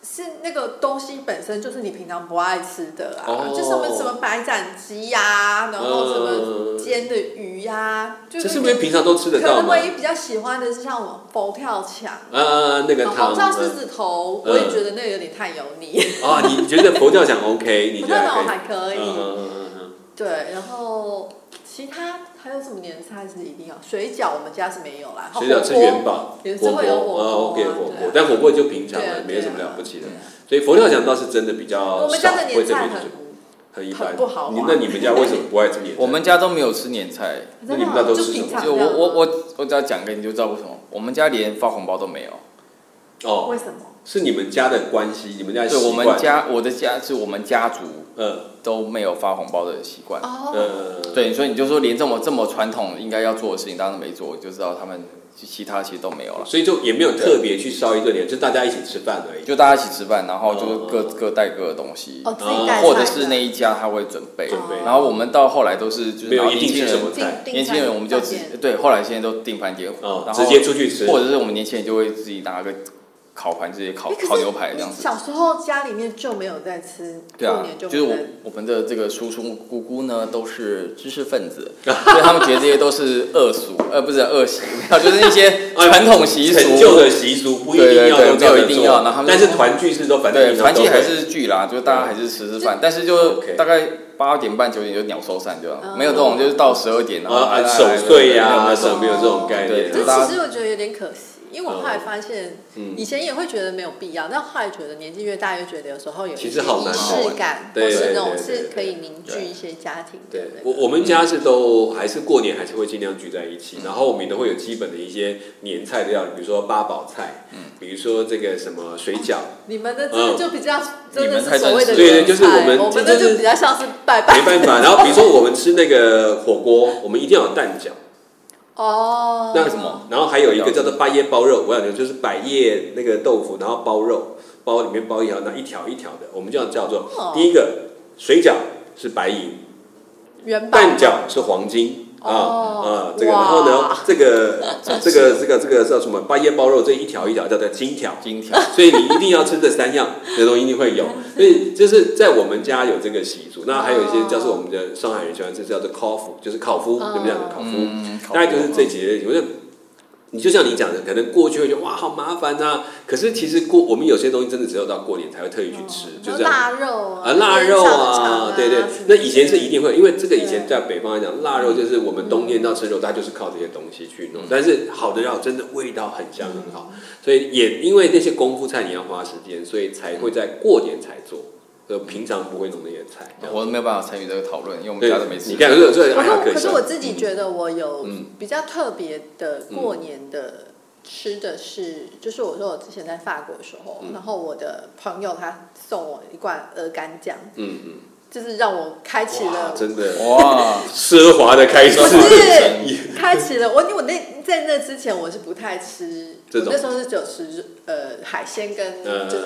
[SPEAKER 2] 是那个东西本身就是你平常不爱吃的啊，
[SPEAKER 1] 哦
[SPEAKER 2] 就是什么什么白斩鸡呀、然后什么煎的鱼呀、就
[SPEAKER 1] 嗯这是不是平常都吃
[SPEAKER 2] 可
[SPEAKER 1] 得到
[SPEAKER 2] 能
[SPEAKER 1] 吗？
[SPEAKER 2] 唯一比较喜欢的是像我佛跳墙。
[SPEAKER 1] 呃，那个
[SPEAKER 2] 然后
[SPEAKER 1] 汤
[SPEAKER 2] 照狮
[SPEAKER 1] 嗯
[SPEAKER 2] 子头，
[SPEAKER 1] 嗯
[SPEAKER 2] 我也觉得那个有点太油
[SPEAKER 1] (laughs)
[SPEAKER 2] 腻，
[SPEAKER 1] 啊，你觉得佛教讲
[SPEAKER 2] (laughs)
[SPEAKER 1] OK，你
[SPEAKER 2] 佛
[SPEAKER 1] 觉
[SPEAKER 2] 跳
[SPEAKER 1] 得
[SPEAKER 2] 墙我
[SPEAKER 1] 还
[SPEAKER 2] 还
[SPEAKER 1] 可以？
[SPEAKER 2] 可
[SPEAKER 1] 嗯嗯
[SPEAKER 2] 以。
[SPEAKER 1] 嗯嗯嗯
[SPEAKER 2] 对，然后其他还有什么年菜是一定要？水饺我们家是没有啦，
[SPEAKER 1] 水饺吃元宝，
[SPEAKER 2] 也是
[SPEAKER 1] 火
[SPEAKER 2] 会有火
[SPEAKER 1] 锅，
[SPEAKER 2] 锅啊
[SPEAKER 1] 哦，OK，
[SPEAKER 2] 对啊
[SPEAKER 1] 火锅，但火锅就平常
[SPEAKER 2] 对啊
[SPEAKER 1] 了，
[SPEAKER 2] 对啊
[SPEAKER 1] 没有什么了不起的
[SPEAKER 3] 对啊。
[SPEAKER 1] 所以佛教讲倒是真的比较
[SPEAKER 2] 我们
[SPEAKER 1] 少
[SPEAKER 2] 家的，
[SPEAKER 1] 会
[SPEAKER 2] 年
[SPEAKER 1] 特
[SPEAKER 2] 菜
[SPEAKER 1] 别
[SPEAKER 2] 很
[SPEAKER 1] 是很一般
[SPEAKER 2] 很不好啊玩
[SPEAKER 1] 你那你们家为什么不爱吃
[SPEAKER 2] (laughs)
[SPEAKER 1] 年菜？
[SPEAKER 3] 我们家都没有吃年菜，
[SPEAKER 1] 那你们那都吃
[SPEAKER 2] 就平
[SPEAKER 1] 什么
[SPEAKER 2] 常
[SPEAKER 3] 就
[SPEAKER 2] 这
[SPEAKER 3] 我
[SPEAKER 2] 样吗
[SPEAKER 3] 我我我只要讲给你就知道为什么，我们家连发红包都没有。
[SPEAKER 1] 哦，
[SPEAKER 2] 为什么？
[SPEAKER 1] 是你们家的关系，你们家的
[SPEAKER 3] 对，
[SPEAKER 1] 习
[SPEAKER 3] 我
[SPEAKER 1] 惯
[SPEAKER 3] 们家我的家是我们家族
[SPEAKER 1] 嗯
[SPEAKER 3] 都没有发红包的习惯。
[SPEAKER 2] 哦，
[SPEAKER 1] 呃，
[SPEAKER 3] 对，所以你就说连这么这么传统应该要做的事情，当然没做，就知道他们其其他其实都没有了。
[SPEAKER 1] 啊所以就也没有特别去烧一顿年，就大家一起吃饭而已。
[SPEAKER 3] 就大家一起吃饭，然后就是各
[SPEAKER 1] 哦
[SPEAKER 3] 各带各的东西，
[SPEAKER 2] 哦，自
[SPEAKER 1] 呃
[SPEAKER 2] 己带菜的，
[SPEAKER 3] 或者是那一家他会准备
[SPEAKER 1] 准备。
[SPEAKER 3] 然后我们到后来都是就是
[SPEAKER 1] 没有
[SPEAKER 3] 然后
[SPEAKER 1] 一定
[SPEAKER 3] 年轻
[SPEAKER 1] 是什么
[SPEAKER 3] 人，
[SPEAKER 1] 菜
[SPEAKER 2] 订
[SPEAKER 3] 年轻人我们就直
[SPEAKER 2] 订饭店
[SPEAKER 3] 对，后来现在都订饭店，
[SPEAKER 1] 哦，
[SPEAKER 3] 然后
[SPEAKER 1] 直接出去吃，
[SPEAKER 3] 或者是我们年轻人就会自己拿个烤盘，直接烤
[SPEAKER 2] 哎可是
[SPEAKER 3] 烤牛排这样
[SPEAKER 2] 你
[SPEAKER 3] 子。
[SPEAKER 2] 小时候家里面就没有在吃，
[SPEAKER 3] 对啊
[SPEAKER 2] 过，年
[SPEAKER 3] 就
[SPEAKER 2] 就是
[SPEAKER 3] 我我们的这个叔叔姑姑呢，都是知识
[SPEAKER 1] (laughs)
[SPEAKER 3] 分子，所以他们觉得这些都是恶俗，呃，不是恶习， (laughs) 就是那些传统习
[SPEAKER 1] 哎陈旧
[SPEAKER 3] 俗。
[SPEAKER 1] 的习俗不一定要都
[SPEAKER 3] 对对对
[SPEAKER 1] 这样
[SPEAKER 3] 没
[SPEAKER 1] 子
[SPEAKER 3] 有一定
[SPEAKER 1] 做
[SPEAKER 3] 要然后他们
[SPEAKER 1] 但是团聚是都反正
[SPEAKER 3] 对，
[SPEAKER 1] 平常
[SPEAKER 3] 团
[SPEAKER 1] 都
[SPEAKER 3] 聚
[SPEAKER 1] 会
[SPEAKER 3] 还是聚啦，就是大家还是吃吃饭，但是就
[SPEAKER 1] OK
[SPEAKER 3] 大概八点半九点就鸟兽散，就
[SPEAKER 2] 哦
[SPEAKER 3] 没有这种就是到十二点然后
[SPEAKER 1] 啊啊
[SPEAKER 3] 大家
[SPEAKER 1] 守岁呀，啊
[SPEAKER 3] 来
[SPEAKER 1] 什么有这种概念
[SPEAKER 3] 对？
[SPEAKER 2] 这
[SPEAKER 3] 大家
[SPEAKER 2] 其实我觉得有点可惜，因
[SPEAKER 1] 嗯
[SPEAKER 2] 为我后来发现，以前也会觉得没有必要，但后来觉得年纪越大，越觉得有时候有一些
[SPEAKER 1] 其
[SPEAKER 2] 仪
[SPEAKER 1] 实好难哦
[SPEAKER 3] 好玩
[SPEAKER 2] 式感，
[SPEAKER 1] 对
[SPEAKER 2] 或是
[SPEAKER 1] 对
[SPEAKER 2] 那种
[SPEAKER 1] 对对
[SPEAKER 2] 是可以
[SPEAKER 1] 对
[SPEAKER 2] 凝
[SPEAKER 3] 对
[SPEAKER 2] 聚一些家庭的
[SPEAKER 1] 对
[SPEAKER 2] 那，个。
[SPEAKER 1] 我我们家是都还是过年还是会尽量聚在一起，
[SPEAKER 3] 嗯
[SPEAKER 1] 然后我们也都会有基本的一些年菜的料理，比如说八宝菜，
[SPEAKER 3] 嗯
[SPEAKER 1] 比如说这个什么水饺，
[SPEAKER 2] 你们的这
[SPEAKER 1] 嗯
[SPEAKER 2] 个就比较真
[SPEAKER 3] 你
[SPEAKER 2] 的
[SPEAKER 3] 们才
[SPEAKER 2] 是所谓的
[SPEAKER 3] 正式
[SPEAKER 1] 对
[SPEAKER 2] 人
[SPEAKER 1] 对就是我
[SPEAKER 2] 我
[SPEAKER 1] 们
[SPEAKER 2] 们
[SPEAKER 1] 这
[SPEAKER 2] 的
[SPEAKER 1] 就是
[SPEAKER 2] 就比较像是拜拜
[SPEAKER 1] 没办法。然后比如说我们吃那个火锅，我们一定要有蛋饺，
[SPEAKER 2] 哦。
[SPEAKER 1] 那
[SPEAKER 3] 为什么？
[SPEAKER 1] 然后还有一个叫做百叶包肉，我想讲就是百叶那个豆腐，然后包肉，包里面包一条，那一条一条的，我们就叫做
[SPEAKER 2] 哦
[SPEAKER 1] 第一个水饺是白银，
[SPEAKER 2] 原版
[SPEAKER 1] 蛋饺是黄金，啊
[SPEAKER 2] 哦
[SPEAKER 1] 啊，这个，然后呢
[SPEAKER 2] 哇，
[SPEAKER 1] 这个这个这个这个叫什么？八叶包肉这一条一条叫做金条，(laughs)
[SPEAKER 3] 金条，
[SPEAKER 1] 所以你一定要吃这三样，这东西一定
[SPEAKER 2] (laughs)
[SPEAKER 1] 会有。所以就是在我们家有这个习俗，那还有一
[SPEAKER 2] 哦
[SPEAKER 1] 些叫做我们的上海人喜欢吃叫做烤麸，就是烤麸，
[SPEAKER 2] 嗯
[SPEAKER 1] 你们讲的烤麸，
[SPEAKER 3] 嗯，
[SPEAKER 1] 大概就是这几类。我觉得你就像你讲的，可能过去会觉得哇好麻烦啊，可是其实过我们有些东西真的只有到过年才会特意去吃，就这样。
[SPEAKER 2] 嗯哦腊肉
[SPEAKER 1] 啊，腊肉
[SPEAKER 2] 肠
[SPEAKER 1] 啊，对对，那以前是一定会，因为这个以前
[SPEAKER 2] 对
[SPEAKER 1] 在北方来讲，腊肉就是我们冬天到吃肉，它就是靠这些东西去弄。但是好的料真的味道很香很好，所以也因为那些功夫菜你要花时间，所以才会在过年才做，呃，平常不会弄那些菜。这样
[SPEAKER 3] 我没有办法参与这个讨论，因为我们
[SPEAKER 1] 对
[SPEAKER 3] 家都没，吃。
[SPEAKER 1] 你看，所以所以
[SPEAKER 2] 可
[SPEAKER 1] 哎
[SPEAKER 2] 是
[SPEAKER 1] 呀
[SPEAKER 2] 我
[SPEAKER 1] 可
[SPEAKER 2] 可
[SPEAKER 1] 惜
[SPEAKER 2] 是
[SPEAKER 1] 啊
[SPEAKER 2] 我自己觉得我有
[SPEAKER 3] 嗯
[SPEAKER 2] 比较特别的过年的吃的是，就是我说我之前在法国的时候，
[SPEAKER 1] 嗯
[SPEAKER 2] 然后我的朋友他送我一罐鹅肝酱，
[SPEAKER 1] 嗯嗯，
[SPEAKER 2] 就是让我开启
[SPEAKER 1] 哇
[SPEAKER 2] 了，
[SPEAKER 1] 真的哦
[SPEAKER 3] 哇，
[SPEAKER 1] 奢华的开始
[SPEAKER 3] 不，
[SPEAKER 2] 是开启了我，因为我那在那之前我是不太吃，
[SPEAKER 1] 这
[SPEAKER 2] 我
[SPEAKER 1] 种
[SPEAKER 2] 那时候是只有吃呃海鲜跟
[SPEAKER 1] 嗯
[SPEAKER 2] 就是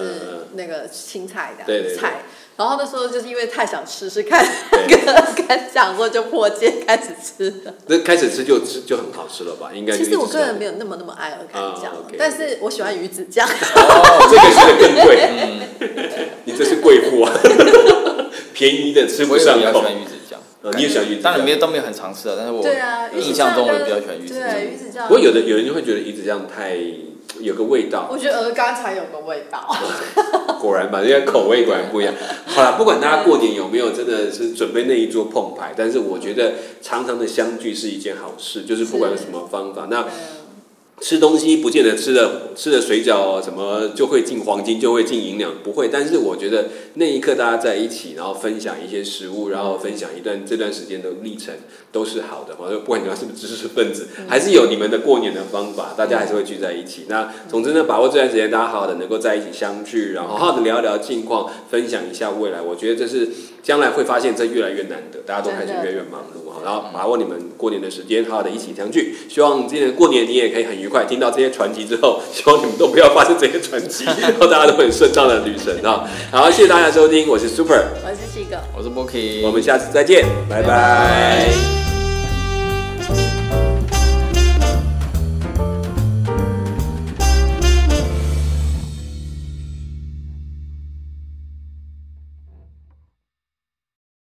[SPEAKER 2] 那个青菜的
[SPEAKER 1] 对对对
[SPEAKER 2] 菜，然后那时候就是因为太想吃吃看那 (laughs) 个干想说就破戒开始吃了。
[SPEAKER 1] 那开始吃就吃就很好吃了吧？应该就
[SPEAKER 2] 其
[SPEAKER 1] 一直
[SPEAKER 2] 实我
[SPEAKER 1] 吃
[SPEAKER 2] 个人
[SPEAKER 1] 到
[SPEAKER 2] 没有那么那么爱鹅肝酱
[SPEAKER 1] 啊，，OK，OK 哦
[SPEAKER 2] 但是我喜欢鱼子酱。
[SPEAKER 1] 这个吃的更贵，嗯你这是贵妇啊， (laughs) 便宜的 (laughs) 吃
[SPEAKER 3] 我
[SPEAKER 1] 不
[SPEAKER 3] 也
[SPEAKER 1] 上
[SPEAKER 3] 比较喜
[SPEAKER 1] 口。
[SPEAKER 3] 欢鱼子酱，
[SPEAKER 1] 呃你也喜欢鱼子酱
[SPEAKER 3] 当然没有都没有很常吃啊，但是我
[SPEAKER 2] 对啊，鱼子
[SPEAKER 3] 印
[SPEAKER 2] 酱
[SPEAKER 3] 象中我
[SPEAKER 2] 跟
[SPEAKER 3] 比较喜欢鱼子酱
[SPEAKER 2] 对，鱼子酱。
[SPEAKER 1] 不过有的有人就会觉得鱼子酱太有个味道，
[SPEAKER 2] 我觉得鹅肝才有个味道。
[SPEAKER 1] 啊果然吧，因为口味果然不一样。 (laughs) 好了，不管大家过年有没有真的是准备那一桌碰牌，但是我觉得常常的相聚是一件好事，就是不管有什么方法，
[SPEAKER 2] 嗯
[SPEAKER 1] 那吃东西不见得吃了吃了水饺什么就会进黄金，就会进银两，不会。但是我觉得那一刻大家在一起，然后分享一些食物，然后分享一段这段时间的历程，都是好的。反正不管你们是不是知识分子，还是有你们的过年的方法，大家还是会聚在一起。那总之呢，把握这段时间，大家好好的能够在一起相聚，然后好好的聊一聊近况，分享一下未来。我觉得这是将来会发现这越来越难得，大家都开始
[SPEAKER 2] 真的
[SPEAKER 1] 越来越忙碌哈，然后把握你们过年的时间，好好的一起相聚。希望今年过年你也可以很愉快，听到这些传奇之后，希望你们都不要发生这些传奇，然后大家都很顺畅的旅程啊。好，谢谢大家收听，我是 Super，
[SPEAKER 2] 我是一个。
[SPEAKER 3] 我是 b o k
[SPEAKER 1] 我们下次再见，拜拜